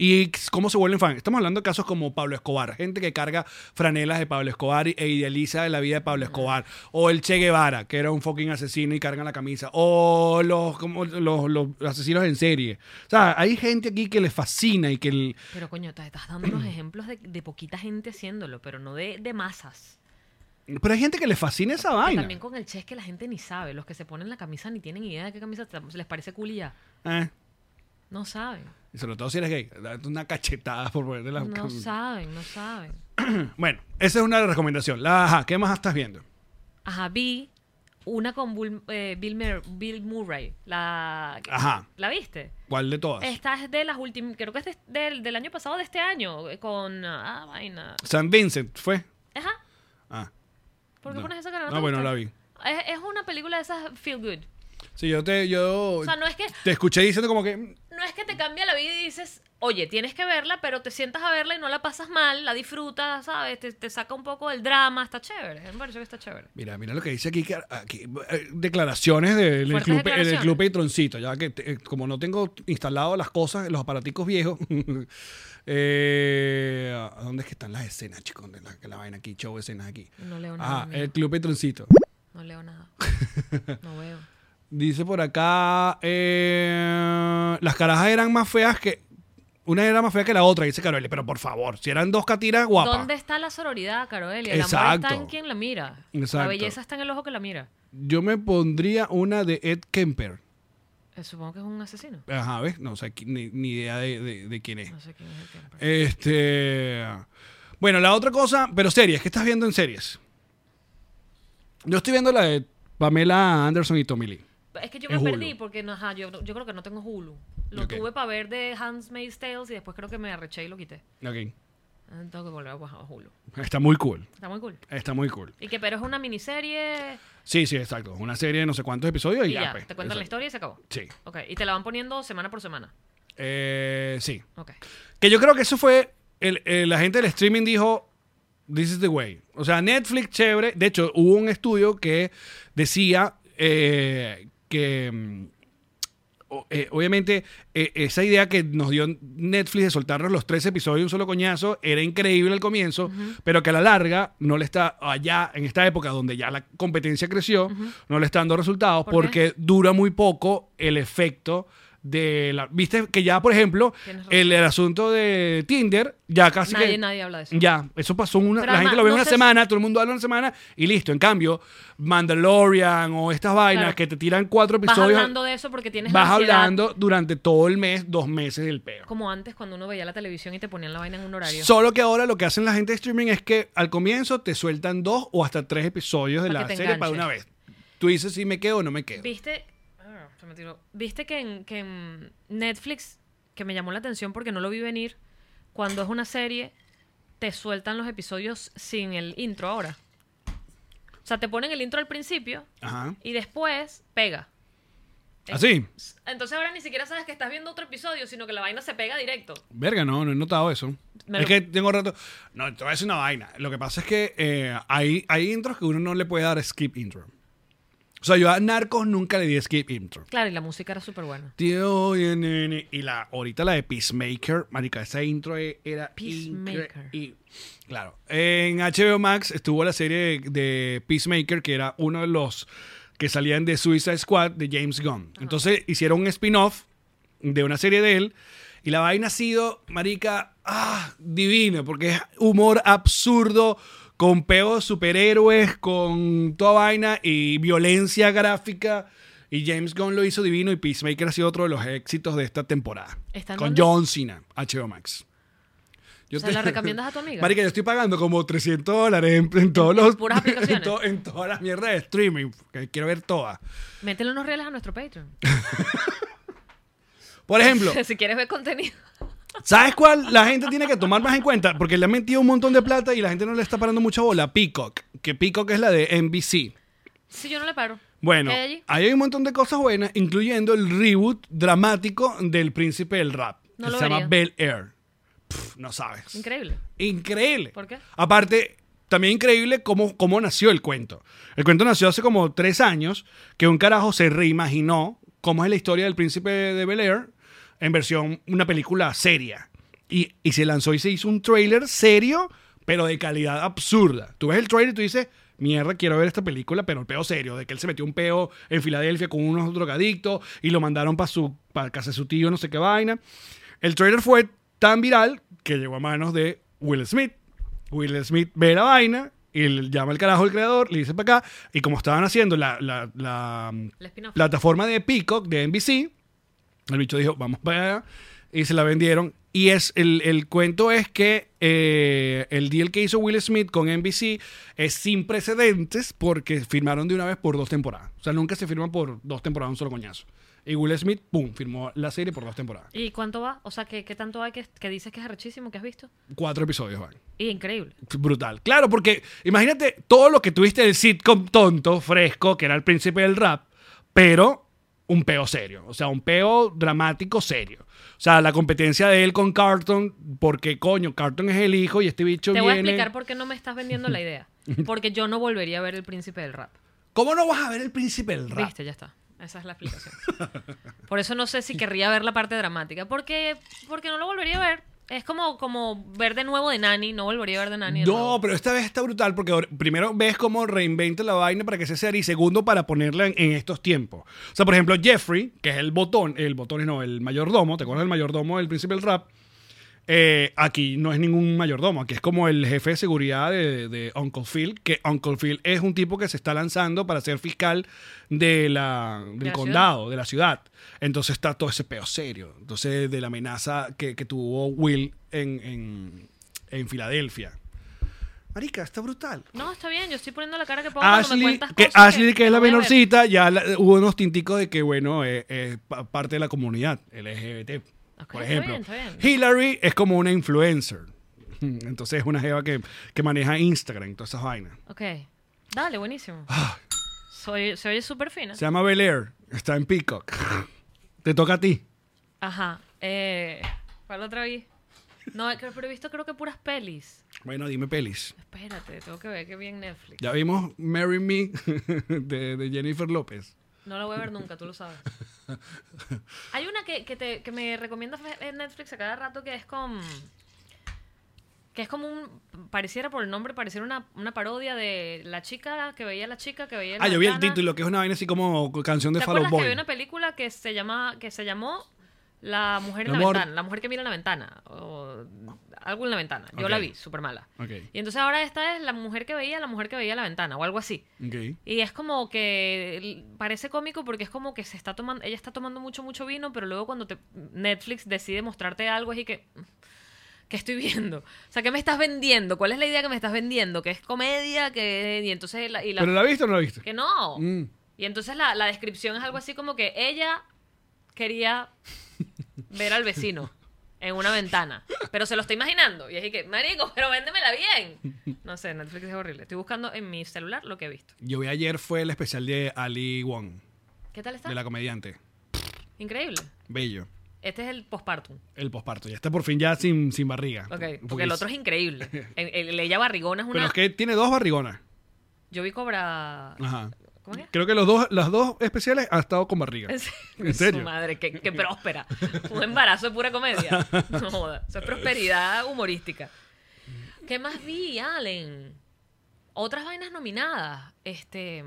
Y ex- cómo se vuelven fan. Estamos hablando de casos como Pablo Escobar, gente que carga franelas de Pablo Escobar y- e idealiza la vida de Pablo Escobar. O el Che Guevara, que era un fucking asesino y cargan la camisa. O los, como los, los asesinos en serie. O sea, hay gente aquí que les fascina y que... el- Pero coño, te estás dando unos ejemplos de, de poquita gente haciéndolo, pero no de, de masas. Pero hay gente que les fascina esa Que vaina. también con el che es que la gente ni sabe, los que se ponen la camisa ni tienen idea de qué camisa tra- les parece cool y ya. Eh. No saben, Y sobre todo si eres gay, date una cachetada por ponerte la no saben, no saben. [laughs] Bueno, esa es una recomendación. La, ajá, ¿qué más estás viendo? Ajá, vi una con Bull- eh, Bill, Mur- Bill Murray. La, Ajá. ¿La viste? ¿Cuál de todas? Esta es de las últimas, creo que es de- del, del año pasado de este año, eh, con... Ah, vaina. San Vincent fue. Ajá, Ah, ¿por qué No. pones esa cara? No, te bueno, gusta? la vi. Es, es una película de esas feel good. sí, yo te yo O sea, no es que- te escuché diciendo como que mm, No es que te cambia la vida y dices, oye, tienes que verla, pero te sientas a verla y no la pasas mal, la disfrutas, ¿sabes? Te, te saca un poco del drama, está chévere. Me pareció que está chévere. mira, mira lo que dice aquí, que aquí, eh, declaraciones del Fuertes club declaraciones. el club Patroncito, ya que te- eh, como no tengo instalado las cosas, los aparaticos viejos. [laughs] eh, ¿a ¿dónde es que están las escenas, chicos? ¿Dónde la, la vaina aquí, show escenas aquí. No leo nada. Ah, mío. el club Patroncito. No [laughs] leo nada. No veo. Dice por acá, eh, las carajas eran más feas que... Una era más fea que la otra, dice Carole, pero por favor, si eran dos catiras guapas. ¿Dónde está la sororidad, Caroelia? El amor Exacto. está en quien la mira. La Exacto. belleza está en el ojo que la mira. Yo me pondría una de Ed Kemper. Eh, Supongo que es un asesino. Ajá, ¿ves? No sé, qui- ni, ni idea de, de- de quién es. No sé quién es el tiempo. Este... Bueno, la otra cosa, pero series, ¿qué estás viendo en series? Yo estoy viendo la de Pamela Anderson y Tommy Lee. Es que yo es me Hulu. perdí porque no, ajá, yo, yo creo que no tengo Hulu. Lo Ok. tuve para ver de Handmaid's Tales y después creo que me arreché y lo quité. Ok. Entonces Tengo que volver a bajar Hulu. Está muy cool. Está muy cool. Está muy cool. Y que pero es una miniserie Sí, sí, exacto. Una serie de no sé cuántos episodios y, y ya, pues, te cuentan exacto. la historia y se acabó. Sí. Ok, y te la van poniendo semana por semana. Eh, sí. Ok. Que yo creo que eso fue. El, el- la gente del streaming dijo: This is the way. O sea, Netflix, chévere. De hecho, hubo un estudio que decía eh, que. mm, o- eh, obviamente, eh, esa idea que nos dio Netflix de soltarnos los tres episodios de un solo coñazo era increíble al comienzo, pero que a la larga no le está, allá en esta época donde ya la competencia creció, no le está dando resultados ¿Por porque dura muy poco el efecto de la. Viste que ya, por ejemplo, Tienes razón. el, el asunto de Tinder, ya casi Nadie- que. nadie habla de eso. Ya, eso pasó una. Pero la además, gente lo ve no una sé si- semana, todo el mundo habla una semana y listo. En cambio, Mandalorian o estas vainas Claro. que te tiran cuatro Vas episodios hablando de eso porque tienes pues, vas la ansiedad, hablando durante todo el mes, dos meses del peo. como antes cuando uno veía la televisión y te ponían la vaina en un horario. Solo que ahora lo que hacen la gente de streaming es que al comienzo te sueltan dos o hasta tres episodios de Para la que te serie para una enganches. vez. Tú dices si me quedo o no me quedo. ¿Viste? Ah, se me tiró. ¿Viste que en, que en Netflix, que me llamó la atención porque no lo vi venir, cuando es una serie, te sueltan los episodios sin el intro ahora. O sea, te ponen el intro al principio Ajá. y después pega. ¿Así? Entonces ahora ni siquiera sabes que estás viendo otro episodio, sino que la vaina se pega directo. Verga, no, no he notado eso. Me es lo- que tengo rato. No, te voy a decir una vaina. Lo que pasa es que eh, hay, hay intros que uno no le puede dar skip intro. O sea, yo a Narcos nunca le di skip intro. Claro, y la música era súper buena. Tío, y nene, y la ahorita la de Peacemaker, marica, esa intro e- era incre- Peacemaker. y claro, en HBO Max estuvo la serie de Peacemaker que era uno de los que salían de Suicide Squad de James Gunn. Entonces hicieron un spin-off de una serie de él y la vaina ha sido, marica, ah, divina, porque es humor absurdo con peos superhéroes, con toda vaina y violencia gráfica. Y James Gunn lo hizo divino y Peacemaker ha sido otro de los éxitos de esta temporada. ¿Está en Con dónde? John Cena, HBO Max. Yo O [laughs] sea, ¿la recomiendas a tu amiga? Marica, yo estoy pagando como 300 dólares en, en todos los... puras [laughs] aplicaciones. En, to- en todas las mierdas de streaming, que quiero ver todas. Métele unos reales a nuestro [laughs] Patreon. Por [laughs] ejemplo, si quieres ver contenido. ¿Sabes cuál la gente tiene que tomar más en cuenta? Porque le han metido un montón de plata y la gente no le está parando mucha bola. Peacock, que Peacock es la de NBC. Si yo no le paro. Bueno, ¿Qué hay allí? ahí hay un montón de cosas buenas, incluyendo el reboot dramático del Príncipe del Rap, No que lo se llama vería. Bel Air. Pff, no sabes. Increíble. Increíble. ¿Por qué? Aparte, también increíble cómo, cómo nació el cuento. El cuento nació hace como tres años que un carajo se reimaginó cómo es la historia del príncipe de Bel Air en versión una película seria. Y, y se lanzó y se hizo un trailer serio, pero de calidad absurda. Tú ves el trailer y tú dices, mierda, quiero ver esta película, pero el peo serio, de que él se metió un peo en Filadelfia con unos drogadictos y lo mandaron para su para casa de su tío, no sé qué vaina. El trailer fue tan viral que llegó a manos de Will Smith. Will Smith ve la vaina y le llama al carajo el creador, le dice para acá. Y como estaban haciendo la, la- la, mm, El spin-off. plataforma de Peacock de NBC, el bicho dijo, vamos para allá. Y se la vendieron. Y es el, el cuento es que eh, el deal que hizo Will Smith con NBC es sin precedentes porque firmaron de una vez por dos temporadas. O sea, nunca se firman por dos temporadas un solo coñazo. Y Will Smith, pum, firmó la serie por dos temporadas. ¿Y cuánto va? O sea, ¿qué, qué tanto hay que, que dices que es arrechísimo, que has visto? Cuatro episodios van. Y increíble. Brutal. Claro, porque imagínate todo lo que tuviste del sitcom tonto, fresco, que era el príncipe del rap, pero un peo serio. O sea, un peo dramático serio. O sea, la competencia de él con Carlton, porque coño, Carlton es el hijo y este bicho Te voy a viene- explicar por qué no me estás vendiendo [laughs] la idea. Porque yo no volvería a ver El Príncipe del Rap. ¿Cómo no vas a ver el príncipe del rap? Viste, ya está. Esa es la explicación. Por eso no sé si querría ver la parte dramática. Porque, porque no lo volvería a ver. Es como, como ver de nuevo de Nani. No volvería a ver de Nani. de No, nuevo. pero esta vez está brutal porque ahora- primero ves cómo reinventa la vaina para que sea serie y segundo para ponerla en, en estos tiempos. O sea, por ejemplo, Jeffrey, que es el botón, el botón no, el mayordomo, ¿te acuerdas del mayordomo del príncipe del rap? Eh, aquí no es ningún mayordomo, aquí es como el jefe de seguridad de, de Uncle Phil, que Uncle Phil es un tipo que se está lanzando para ser fiscal de la, del ¿De la condado, de la ciudad. Entonces está todo ese peo serio. Entonces, de la amenaza que, que tuvo Will en, en, en Filadelfia. Marica, está brutal. No, está bien. Yo estoy poniendo la cara que pongo cuando me Ashley, cuentas que, cosas Ashley, que es la voy a ver. menorcita, ya la- hubo unos tinticos de que, bueno, es, es pa- parte de la comunidad LGBT. Ok, por está ejemplo, bien, está bien. Hillary es como una influencer. [laughs] Entonces es una jeva que, que maneja Instagram, y todas esas vainas. Ah, Ok. Dale, buenísimo. Soy, se oye súper fina. Se llama Bel Air, está en Peacock. [laughs] Te toca a ti. Ajá. Eh, ¿Cuál otra vi? No, creo- pero he visto creo que puras pelis. Bueno, dime pelis. Espérate, tengo que ver que vi en Netflix. Ya vimos Marry Me [laughs] de, de Jennifer López. No la voy a ver nunca, tú [laughs] lo sabes. Hay una que, que, te, que me recomienda fe- en Netflix a cada rato que es con... Que es como un... Pareciera por el nombre, pareciera una, una parodia de la chica que veía a la chica que veía... en Ah, la yo vi el ventana. título, que es una vaina así como canción de ¿Te Fall Out acuerdas que Boy. había una película que se llama que se llamó La mujer en Mi la amor. ventana, la mujer que mira en la ventana o algo en la ventana. Yo la Ok. vi, súper mala. Ok. Y entonces ahora esta es la mujer que veía, la mujer que veía la ventana o algo así. Ok. Y es como que l- parece cómico porque es como que se está tomando, ella está tomando mucho, mucho vino, pero luego cuando te, Netflix decide mostrarte algo es y que, ¿qué estoy viendo? O sea, ¿qué me estás vendiendo? ¿Cuál es la idea que me estás vendiendo? ¿Que es comedia? que Y entonces, la- y la- ¿Pero la viste o no la viste? que no. Mm. Y entonces la, la descripción es algo así como que ella quería ver al vecino. en una ventana. Pero se lo estoy imaginando. Y así que, marico, pero véndemela bien. No sé, Netflix es horrible. Estoy buscando en mi celular lo que he visto. Yo vi ayer fue el especial de Ali Wong, ¿Qué tal está? de la comediante. Increíble. Bello. Este es el postpartum. El posparto. Ya está por fin ya sin, sin barriga. Ok, porque el otro [laughs] es increíble. El, el- ella barrigona es una... Pero es que tiene dos barrigonas. Yo vi Cobra... Ajá. ¿Cómo es? Creo que los dos, las dos especiales han estado con barriga. [laughs] En ¿En serio. serio? Su madre, [laughs] que, que próspera. Un embarazo de pura comedia. No joda. Eso es prosperidad humorística. ¿Qué más vi, Allen? Otras vainas nominadas. Este.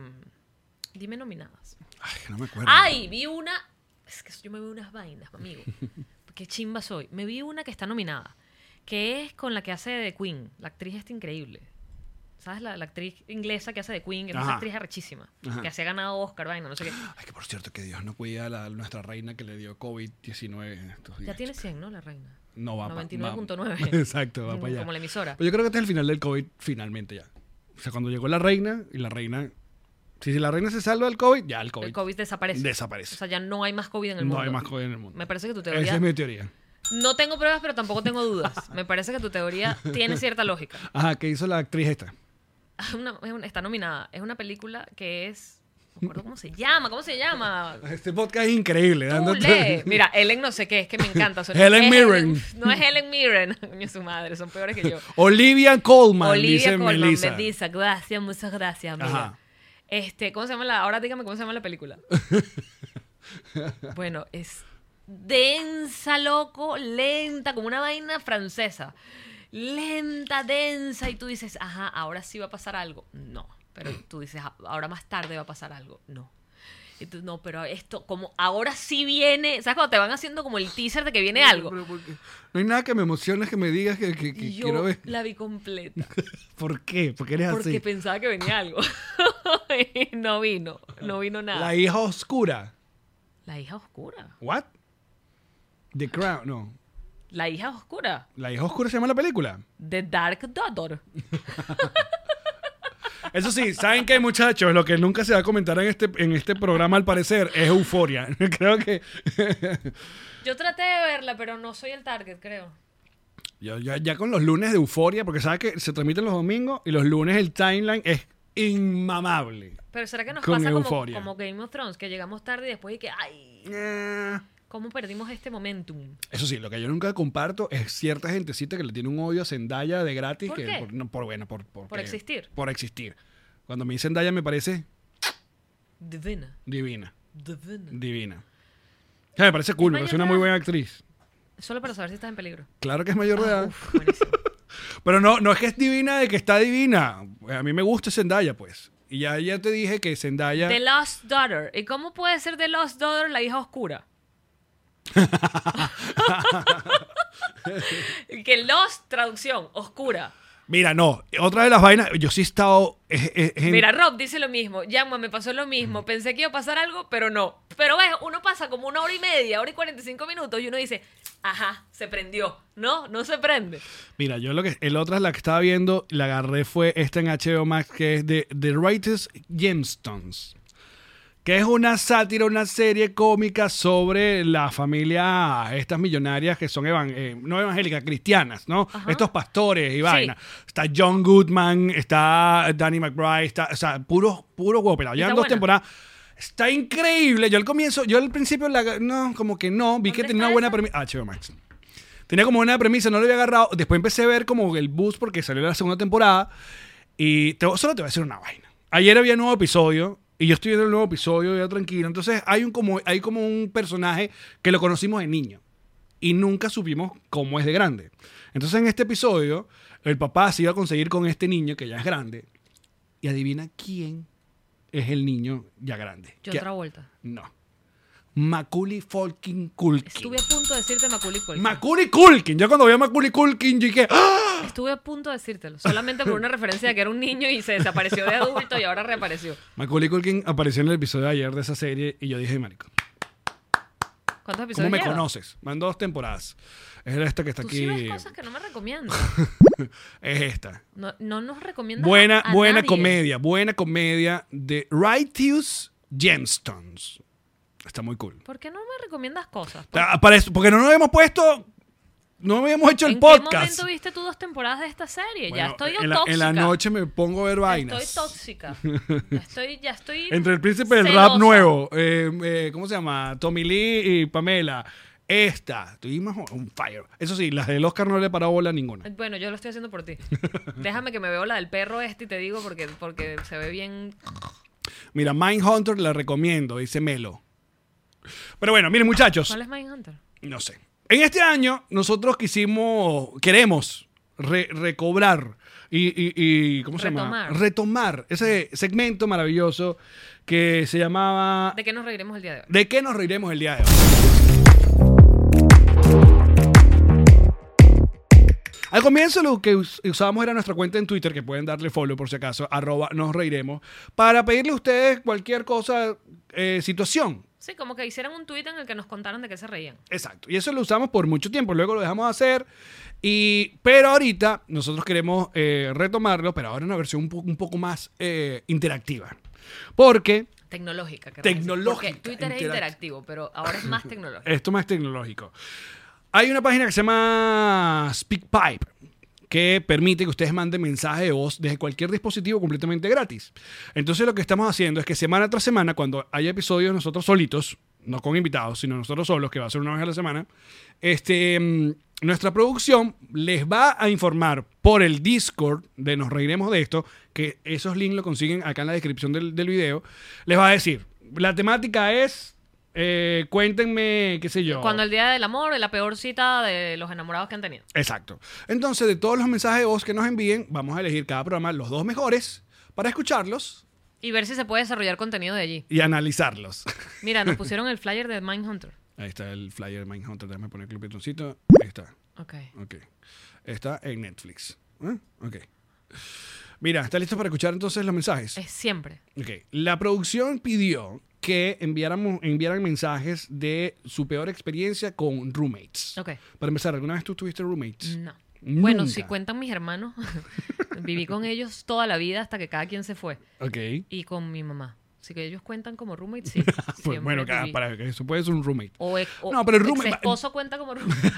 Dime nominadas. Ay, no me acuerdo. ¡Ay! Vi una. Es que yo me vi unas vainas, amigo. Qué chimba soy. Me vi una que está nominada. Que es con la que hace de Queen. La actriz está increíble. ¿Sabes? La, la actriz inglesa que hace de Queen, que es Ajá. una actriz arrechísima. Ajá. Que se ha ganado Oscar, [gasps] vaina, no sé qué. Ay, que por cierto, que Dios no cuida a la- nuestra reina que le dio COVID-19 en estos días. Ya tiene 100, ¿no? La reina. No va pa- 99.9. va- [laughs] Exacto, va para allá. Mm, Como la emisora. Pero yo creo que este es el final del COVID, finalmente ya. O sea, cuando llegó la reina y la reina. Si, si la reina se salva del COVID, ya el COVID. El COVID desaparece. Desaparece. O sea, ya no hay más COVID en el no mundo. hay más COVID en el mundo. Me parece que tu Esa teoría. es mi teoría. No tengo pruebas, pero tampoco tengo [laughs] dudas. Me parece que tu teoría tiene cierta lógica. Ajá, ¿qué hizo la actriz esta? Una- es una- está nominada. Es una película que es. No me acuerdo cómo se llama. ¿Cómo se llama? Este podcast es increíble. Tú dando- [laughs] lee. Mira, Ellen no sé qué, es que me encanta. O sea, Helen es- Mirren. No es Helen Mirren. [laughs] Coño, su madre, son peores que yo. Olivia Colman, Olivia dice Colman, Melissa. Melissa, gracias, muchas gracias, amiga. Ajá. Este, ¿cómo se llama la? Ahora dígame cómo se llama [laughs] la película. bueno, es densa, loco, lenta, como una vaina francesa. Lenta, densa, y tú dices, ajá, ahora sí va a pasar algo. No. [clears throat] Pero tú dices, "Ah, ahora más tarde va a pasar algo. No. Y tú, no, pero esto, como ahora sí viene. ¿Sabes cuando te van haciendo como el teaser de que viene algo? Pero ¿por qué? No hay nada que me emocione que me digas que, que- que Y yo quiero ver. la vi completa. ¿Por qué? Porque eres [laughs] Porque así. pensaba que venía algo. [laughs] Y no vino, no vino nada. La hija oscura. La hija oscura. ¿What? The Crown, no. La hija oscura. La hija oscura se llama la película. The Dark Daughter. Eso sí, [laughs] ¿saben qué, muchachos? Lo que nunca se va a comentar en este, en este programa, al parecer, es euforia. [laughs] Creo que. Yo traté de verla, pero no soy el target, creo. Yo, yo ya con los lunes de euforia, porque sabes que se transmiten los domingos y los lunes el timeline es inmamable. Pero será que nos Con pasa como, Euphoria. como Game of Thrones, que llegamos tarde y después y que, ay, Eh. ¿cómo perdimos este momentum? Eso sí, lo que yo nunca comparto es cierta gentecita que le tiene un odio a Zendaya de gratis. ¿Por que, qué? Por, no, por bueno, por, por, Por existir. Por existir. Cuando me dicen Zendaya me parece Divina, divina, divina. divina. O sea, me parece cool, me parece una muy buena actriz. Solo para saber si estás en peligro. Claro que es mayor de edad. Ah, Uf, buenísimo. Pero no, no es que es divina de que está divina. A mí me gusta Zendaya, pues. Y ya, ya te dije que Zendaya... The Lost Daughter. ¿Y cómo puede ser The Lost Daughter la [laughs] hija oscura? que Lost, traducción, oscura. Mira, no. Otra de las vainas... Yo sí he estado... es- es- es- Mira, Rob dice lo mismo. Yama, me pasó lo mismo. Pensé que iba a pasar algo, pero no. Pero ves, uno pasa como una hora y media, hora y 45 minutos y uno dice, ajá, se prendió. No, no se prende. Mira, yo lo que. El otra, la que estaba viendo, la agarré fue esta en HBO Max, que es de The Righteous Gemstones. Que es una sátira, una serie cómica sobre la familia, estas millonarias que son evan- eh, no evangélicas, cristianas, ¿no? Estos pastores y vaina. Está John Goodman, está Danny McBride, está, o sea, puros, puros huevos pelados. Llevan Está dos buena. temporadas. Está increíble. Yo al comienzo, yo al principio, la, no, como que no, vi que ¿Dónde tenía una está buena esa? premisa. Ah, HBO Max. Tenía como una premisa, no lo había agarrado. Después empecé a ver como el bus porque salió la segunda temporada. Y te- solo te voy a decir una vaina. Ayer había un nuevo episodio y yo estoy viendo el nuevo episodio ya tranquilo. Entonces hay, un como, hay como un personaje que lo conocimos de niño y nunca supimos cómo es de grande. Entonces en este episodio el papá se iba a conseguir con este niño que ya es grande y adivina quién es el niño ya grande. Yo ¿Qué- otra vuelta. No. Macaulay Falking Culkin. Estuve a punto de decirte Macaulay Culkin. Macaulay Culkin. Yo cuando vi a Macaulay Culkin, yo dije, ¡Ah! Estuve a punto de decírtelo. [laughs] Solamente por una referencia de que era un niño y se desapareció de adulto y ahora reapareció. Macaulay Culkin apareció en el episodio de ayer de esa serie y yo dije, marico, ¿Cuántos episodios ¿cómo me lleva? conoces? Van dos temporadas. Es esta que está Tú aquí. sí ves cosas que no me recomiendas. [laughs] es esta. No, no nos recomiendas Buena, a- a buena nadie. comedia, buena comedia de Righteous Gemstones. Está muy cool. Ah, ¿Por qué no me recomiendas cosas? Ta- para eso- porque no nos hemos puesto no habíamos hecho el Pues, ¿En qué podcast. momento viste tú dos temporadas de esta serie? Bueno, ya estoy en la, tóxica. en la noche me pongo a ver vainas. Estoy [laughs] tóxica. Ya Estoy, ya estoy. Entre el príncipe del celosa. rap nuevo, eh, eh, ¿cómo se llama? Tommy Lee y Pamela. Esta, estoy más o- un fire. Eso sí, las del Oscar no le he parado bola a ninguna. Bueno, yo lo estoy haciendo [laughs] por ti. Déjame que me veo la del perro este y te digo porque, porque se ve bien. Mira, Mindhunter la recomiendo, dice Melo. Pero bueno, miren muchachos, ¿Cuál es Mindhunter? no sé. En este año nosotros quisimos, queremos re- recobrar y, y- y- ¿cómo se llama? Retomar. Retomar ese segmento maravilloso que se llamaba ¿De qué nos reiremos el día de hoy? ¿De qué nos reiremos el día de hoy? Al comienzo lo que us- usábamos era nuestra cuenta en Twitter, que pueden darle follow por si acaso, arroba nos reiremos, para pedirle a ustedes cualquier cosa, eh, situación. Sí, como que hicieran un tuit en el que nos contaran de qué se reían. Exacto. Y eso lo usamos por mucho tiempo, luego lo dejamos de hacer. Y, pero ahorita nosotros queremos eh, retomarlo, pero ahora en una versión un, po- un poco más eh, interactiva. Porque Tecnológica. querrás decir. Tecnológica, Porque Twitter es interact- interactivo, pero ahora es más tecnológico. Esto más tecnológico. Hay una página que se llama SpeakPipe que permite que ustedes manden mensaje de voz desde cualquier dispositivo completamente gratis. Entonces lo que estamos haciendo es que semana tras semana, cuando haya episodios nosotros solitos, no con invitados, sino nosotros solos, que va a ser una vez a la semana, este, mm, nuestra producción les va a informar por el Discord de Nos Reiremos de Esto, que esos links lo consiguen acá en la descripción del, del video, les va a decir, la temática es, eh, cuéntenme, qué sé yo. Cuando el día del amor, la peor cita de los enamorados que han tenido. Exacto. Entonces, de todos los mensajes de voz que nos envíen, vamos a elegir cada programa los dos mejores para escucharlos Y ver si se puede desarrollar contenido de allí. y analizarlos. [laughs] Mira, nos pusieron el flyer de Mindhunter. Ahí está el flyer de Mindhunter. Déjame poner el botoncito. Ahí está. Ok. Ok. Está en Netflix. ¿Eh? Ok. Mira, ¿está listo para escuchar entonces los mensajes? Es siempre. Ok. La producción pidió que enviáramos, enviaran mensajes de su peor experiencia con roommates. Ok. Mm. Para empezar, ¿alguna vez tú tuviste roommates? No. Bueno, si Nunca. cuentan mis hermanos, [laughs] viví con ellos toda la vida hasta que cada quien se fue. Ok. Y con mi mamá. Así que ellos cuentan como roommates, sí. [laughs] Pues, Siempre bueno, cada- viví. para que eso puede ser un roommate. O, ex- o No, pero el roommate- esposo cuenta [laughs] como roommate.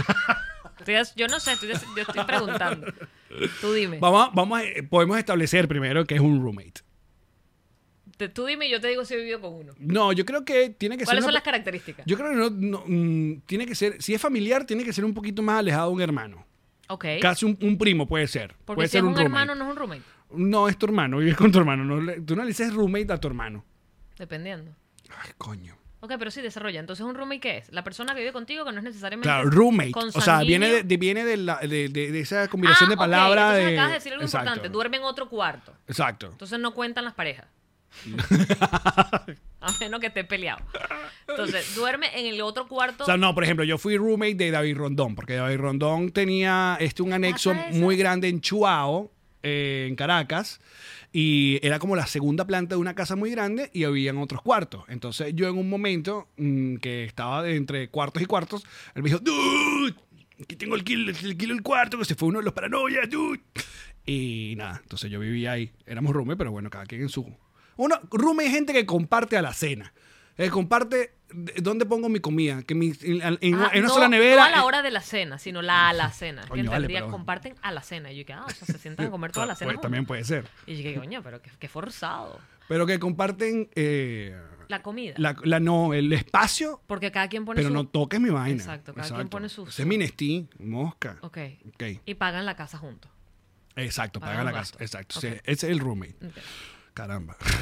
Estoy as- yo no sé, estoy as- yo estoy preguntando. Tú dime. Vamos, a- vamos a- eh, podemos establecer primero que es un roommate. Te- tú dime y yo te digo si he vivido con uno. No, yo creo que tiene que ser. ¿Cuáles una son las pe- características? Yo creo que no, no, mm, tiene que ser. Si es familiar, tiene que ser un poquito más alejado de un hermano. ok. Casi un, un primo puede ser. Porque puede si ser es un, roommate. hermano, no es un roommate. No, es tu hermano, vives con tu hermano. No le- tú no le dices roommate a tu hermano. Dependiendo. Ay, coño. Ok, pero sí desarrolla. Entonces, ¿un roommate qué es? La persona que vive contigo que no es necesariamente. Claro, roommate. O sea, consanguíneo. viene de, de- viene de, la- de- de- de esa combinación Ah, de ok, palabras. entonces de... acabas de decir algo Exacto. importante. Duerme en otro cuarto. Exacto. Entonces no cuentan [laughs] las parejas. A menos que esté peleado. Entonces, duerme en el otro cuarto. O sea, no, por ejemplo, yo fui roommate de David Rondón, porque David Rondón tenía este, un anexo Ajá, eso. muy grande en Chuao, eh, en Caracas, y era como la segunda planta de una casa muy grande y habían otros cuartos. Entonces yo en un momento mm, que estaba de entre cuartos y cuartos, él me dijo, dude, que tengo el kilo, el kilo el cuarto, que se fue uno de los paranoias, dude. Y nada, entonces yo vivía ahí. Éramos roommate, pero bueno, cada quien en su... Uno, roommate es gente que comparte a la cena. Eh, comparte de- dónde pongo mi comida, que mi, en, en- en una Ah, no- sola nevera. eh. No a la hora de la cena, sino la alacena. Que Coño, vale, entendía, pero- comparten a la cena. Y yo que, ah, o sea, se sientan a comer toda la Pues, cena. juntos. también puede ser. Y yo que, coño, pero qué, qué forzado. Pero que comparten eh, La comida. la, la- no, el espacio, Porque cada quien pone pero su. no toques mi vaina. Exacto, cada quien pone su- Ese es mi Nestí, mosca. Ok. Ok. Y pagan la casa juntos. Exacto, paga Pagan la los casa. gastos. Exacto. Ok. sí, ese es el roommate. Ok. Caramba. [laughs] pe-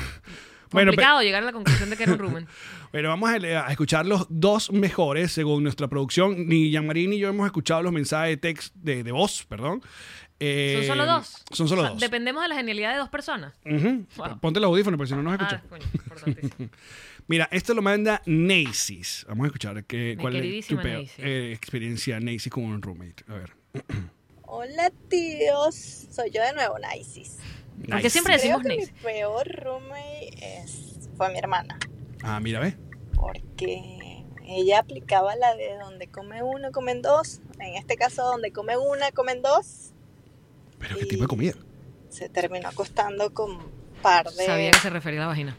Complicado llegar a la conclusión de que era un [laughs] rumen. Bueno, vamos a, le- a escuchar los dos mejores según nuestra producción. Ni Yamarín ni yo hemos escuchado los mensajes de text de, de voz, perdón. Eh, ¿Son solo dos? Son solo O sea, dos. Dependemos de la genialidad de dos personas. Ujú. Wow. Ponte los audífonos, porque si no nos Ah, escuchas. coño, [laughs] importantísimo. Mira, esto lo manda Nacy's. Vamos a escuchar qué Mi cuál es tu queridísima peor, Nacy. eh, experiencia Nacy's con un roommate. A ver. Hola tíos, soy yo de nuevo, Naisis. Porque Nacy. siempre Creo decimos que mi Nacy. peor roommate es- fue mi hermana, Ah, mira, ve. porque ella aplicaba la de donde come uno, comen dos. En este caso, donde come una, comen dos. Pero qué tipo de comida. Se terminó acostando con un par de Sabía que se refería a la vagina.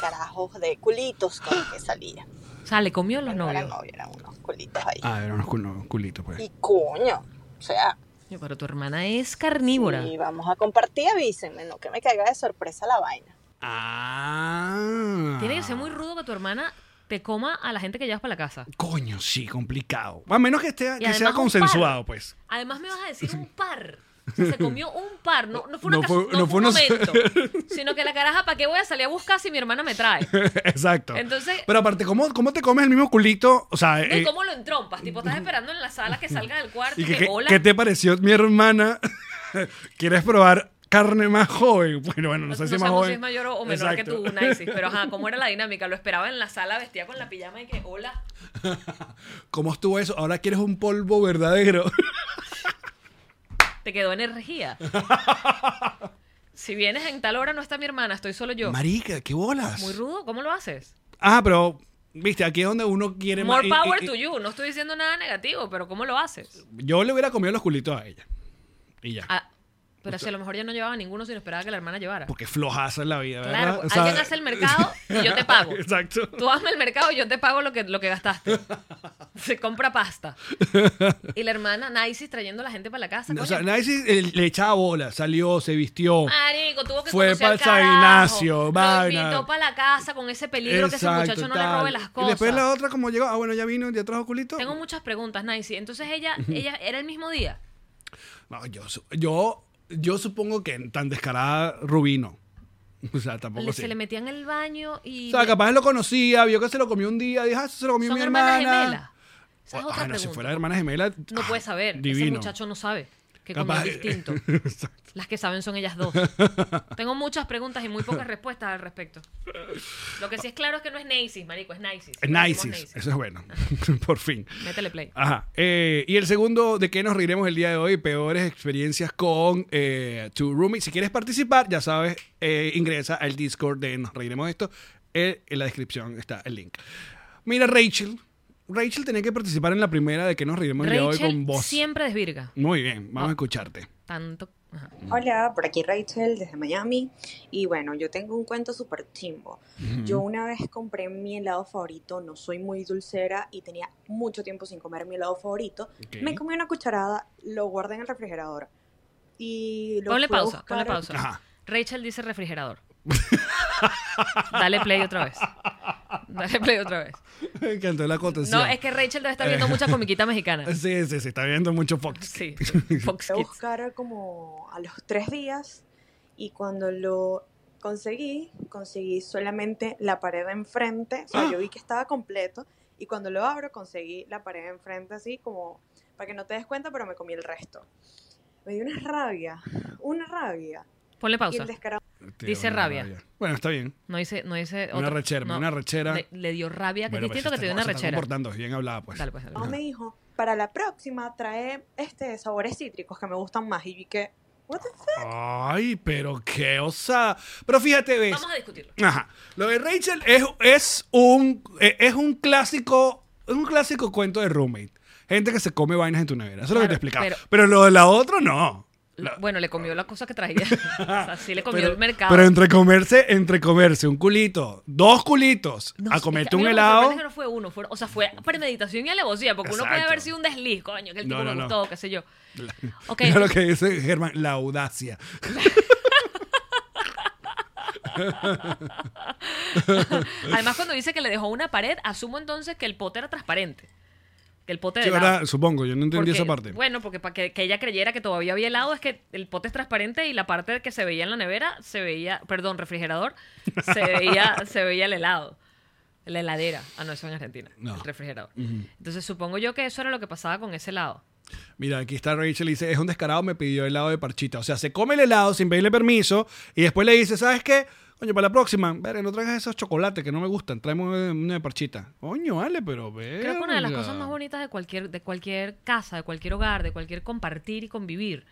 carajos de culitos con los que salía. O sea, le comió los No era novios. novio, eran unos culitos ahí. Ah, eran unos cul- unos culitos, pues. Y coño, o sea, Yo, Pero tu hermana es carnívora. y vamos a compartir, avísenme, no que me caiga de sorpresa la vaina. Ah. Tiene que ser muy rudo que tu hermana te coma a la gente que llevas para la casa. Coño, sí, complicado. A menos que, esté, que sea además un consensuado, par. pues. [laughs] Además me vas a decir un par. O sea, se comió un par, no, no fue, una No cas- fue- no no fue un fue una- momento, [laughs] sino que la caraja, ¿para qué voy a salir a buscar si mi hermana me trae? Exacto. Entonces- Pero aparte, ¿cómo, ¿cómo te comes el mismo culito? O sea, No, ¿Y eh, cómo lo entrompas? Tipo, estás esperando en la sala que salga del cuarto ¿y y qué- que, qué, hola. qué te pareció mi hermana? [laughs] ¿Quieres probar carne más joven? [laughs] Bueno, bueno, no sé si más sabemos joven. si es mayor o menor que Exacto. tú, Naisis, pero ajá, ¿cómo era la dinámica? Lo esperaba en la sala vestida con la pijama y que hola. ¿Cómo estuvo eso? Ahora quieres un polvo verdadero. [laughs] Te [laughs] quedó energía. si vienes en tal hora, no está mi hermana, estoy solo yo. Marica, qué bolas. Muy rudo, ¿cómo lo haces? Ah, pero, viste, aquí es donde uno quiere más- More y- power y- y- to you. No estoy diciendo nada negativo, pero ¿cómo lo haces? Yo le hubiera comido los culitos a ella. Y ya. Ah, pero si a lo mejor yo no llevaba ninguno, sino esperaba que la hermana llevara. Porque flojaza es la vida, ¿verdad? Claro, O sea- alguien hace [laughs] el mercado y yo te pago. Exacto. Tú hazme el mercado y yo te pago lo que, lo [laughs] que gastaste. Se compra pasta. Y la hermana Naisis trayendo a la gente para la casa. O coño. sea, nadie se- él- le echaba bola, salió, se vistió. Marico, tuvo que Fue conocer pa'l al San carajo. Ignacio, Lo vaina. invitó para la casa con ese peligro Exacto, que ese muchacho no le tal. robe las cosas. Y después la otra, como llegó, ah, bueno, ya vino, ya trajo culito. Tengo muchas preguntas, Naisis. Entonces ella, ella era el mismo día. No, yo, su- yo, yo supongo que tan descarada Rubino. [laughs] O sea, tampoco Le- sí. Se le metía en el baño y. O sea, le- capaz lo conocía, vio que se lo comió un día, dijo, ah, eso se lo comió ¿Son mi hermanas hermana. gemelas? Esa es Ah, otra no, si pregunta. fuera hermana gemela. No ah, puede saber. Ese Divino. muchacho no sabe que Capaz- comen distinto. [laughs] Exacto. Las que saben son [laughs] ellas dos. Tengo muchas preguntas y muy pocas respuestas al respecto. Lo que sí es claro es que no es Naisis, marico, es Naisis. Es Decimos Nices, eso es bueno. [laughs] Por fin. Métele play. Ajá. Eh, y el segundo, ¿de qué nos reiremos el día de hoy? Peores experiencias con eh, tu roomie. Si quieres participar, ya sabes, eh, ingresa al Discord de Nos Reiremos de Esto. Eh, en la descripción está el link. Mira, Rachel. Rachel tenía que participar en la primera de que nos reiremos el día de hoy Rachel con vos. siempre desvirga. Muy bien, vamos a escucharte. Tanto. ajá. Hola, por aquí Rachel desde Miami. Y bueno, yo tengo un cuento súper chimbo. Yo una vez compré mi helado favorito, no soy muy dulcera y tenía mucho tiempo sin comer mi helado favorito. Ok. Me comí una cucharada, lo guardé en el refrigerador. Y lo Ponle fui a pausa, ponle buscar- pausa. Ajá. Rachel dice refrigerador. Dale play otra vez. Dale play otra vez. [laughs] Me encantó la contención. No, es que Rachel debe estar eh. viendo mucha comiquita [laughs] mexicana. Sí, sí, sí, está viendo mucho Fox. [laughs] Sí, Fox Fui a Kids. buscar como a los tres días y cuando lo conseguí, conseguí solamente la pared de enfrente. O sea, yo vi que estaba completo y cuando lo abro conseguí la pared de enfrente así como para que no te des cuenta, pero me comí el resto. Me dio una rabia, una rabia. Ponle Y pausa. el descarado Tío, Dice una rabia. Bueno, está bien. No hice, no hice Una rechera, una rechera. Le, le dio rabia, que Bueno, es distinto pues, que te dio se una está rechera. comportando bien hablada, pues. Dale, pues, dale. me dijo, para la próxima trae este sabores cítricos que me gustan más y vi que what the fuck? Ay, pero qué osa. Pero fíjate, ves. Vamos a discutirlo. Ajá. Lo de Rachel es, es un eh, es un clásico es un clásico cuento de roommate. Gente que se come vainas en tu nevera. Eso es lo que te explicaba. Claro, Pero, pero- lo de la otra no. La- Bueno, le comió la cosa que traía. [laughs] o sea, sí le comió pero, el mercado. pero entre comerse, entre comerse un culito, dos culitos, a comerte un helado. no fue uno, fue- o sea, fue premeditación y alevosía, porque uno puede Exacto. haber sido un desliz, coño, que el tipo No, no, me no. gustó, qué sé [laughs] yo. Ok, Mira lo que dice Germán, la audacia. [laughs] además cuando dice que le dejó una pared, asumo entonces que el pote era transparente. Que el pote de Sí, ¿verdad? Supongo, yo no entendí Porque- esa parte. Bueno, porque para que, que ella creyera que todavía había helado es que el pote es transparente y la parte que se veía en la nevera se veía, perdón, refrigerador, se [laughs] veía, se veía el helado. La heladera. Ah, no, eso en Argentina. No. El refrigerador. Entonces supongo yo que eso era lo que pasaba con ese helado. Mira, aquí está Rachel y dice, es un descarado, me pidió helado de parchita. O sea, se come el helado sin pedirle permiso y después le dice, ¿sabes qué? Coño, para la próxima, ver, no traigas esos chocolates que no me gustan, tráeme una de parchita. Coño, vale, pero ve. Creo que una de las cosas más bonitas de cualquier, de cualquier casa, de cualquier hogar, de cualquier compartir y convivir,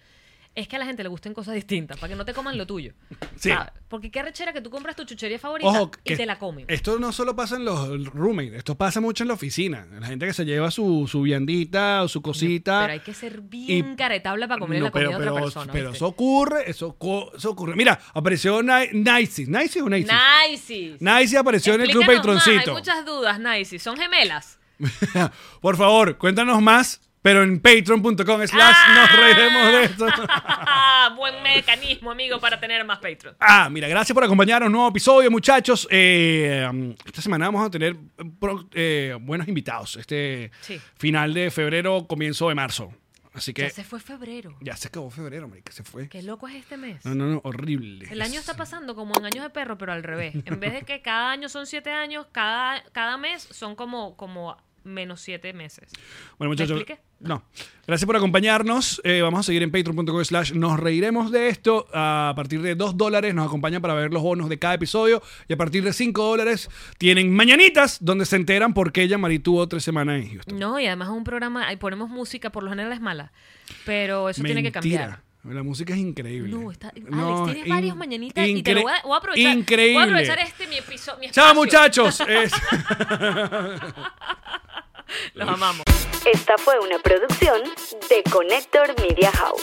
es que a la gente le gusten cosas distintas, para que no te coman lo tuyo. Sí. ¿Sabes? Porque qué rechera que tú compras tu chuchería favorita Ojo, y que te la comen. Esto no solo pasa en los roommates, esto pasa mucho en la oficina. La gente que se lleva su, su viandita o su cosita. Pero hay que ser bien y- caretable para comer No, la comida de otra pero, persona. pero ¿viste? eso ocurre, eso, co- eso ocurre. Mira, apareció Ni- Nicey. ¿Nicey o Nicey? Nice. Nicey apareció en el club Explícanos más, Hay Patroncito. muchas dudas, Nice. Son gemelas. [laughs] Por favor, cuéntanos más, pero en patreon.com slash ¡Ah! nos reiremos de [laughs] esto. Buen mecanismo, amigo, para tener más Patreon. Ah, mira, gracias por acompañarnos. Nuevo episodio, muchachos. Eh, um, esta semana vamos a tener pro- eh, buenos invitados. Este Sí. final de febrero, comienzo de marzo. Así que Ya se fue febrero. ya se acabó febrero, marica, se fue. Qué loco es este mes. No, no, no, horrible. El año está pasando como en años de perro, pero al revés. En vez de que cada año son siete años, cada, cada mes son como, como menos siete meses. Bueno, ¿Me muchachos. expliqué? No. Gracias por acompañarnos. Eh, vamos a seguir en patreon.com slash nos reiremos de esto. A partir de 2 dólares nos acompañan para ver los bonos de cada episodio. Y a partir de 5 dólares tienen mañanitas donde se enteran por qué Yamari tuvo tres semanas en Houston. No, y además es un programa, ahí ponemos música, por lo general es mala, pero eso tiene que cambiar. La música es increíble. No, está, Alex, No, tienes in- varias mañanitas y te lo incre- voy a, voy a aprovechar. Increíble. Voy a aprovechar este mi episodio. Mi Chao, espacio. muchachos. Es- [laughs] Los amamos. Esta fue una producción de Connector Media House.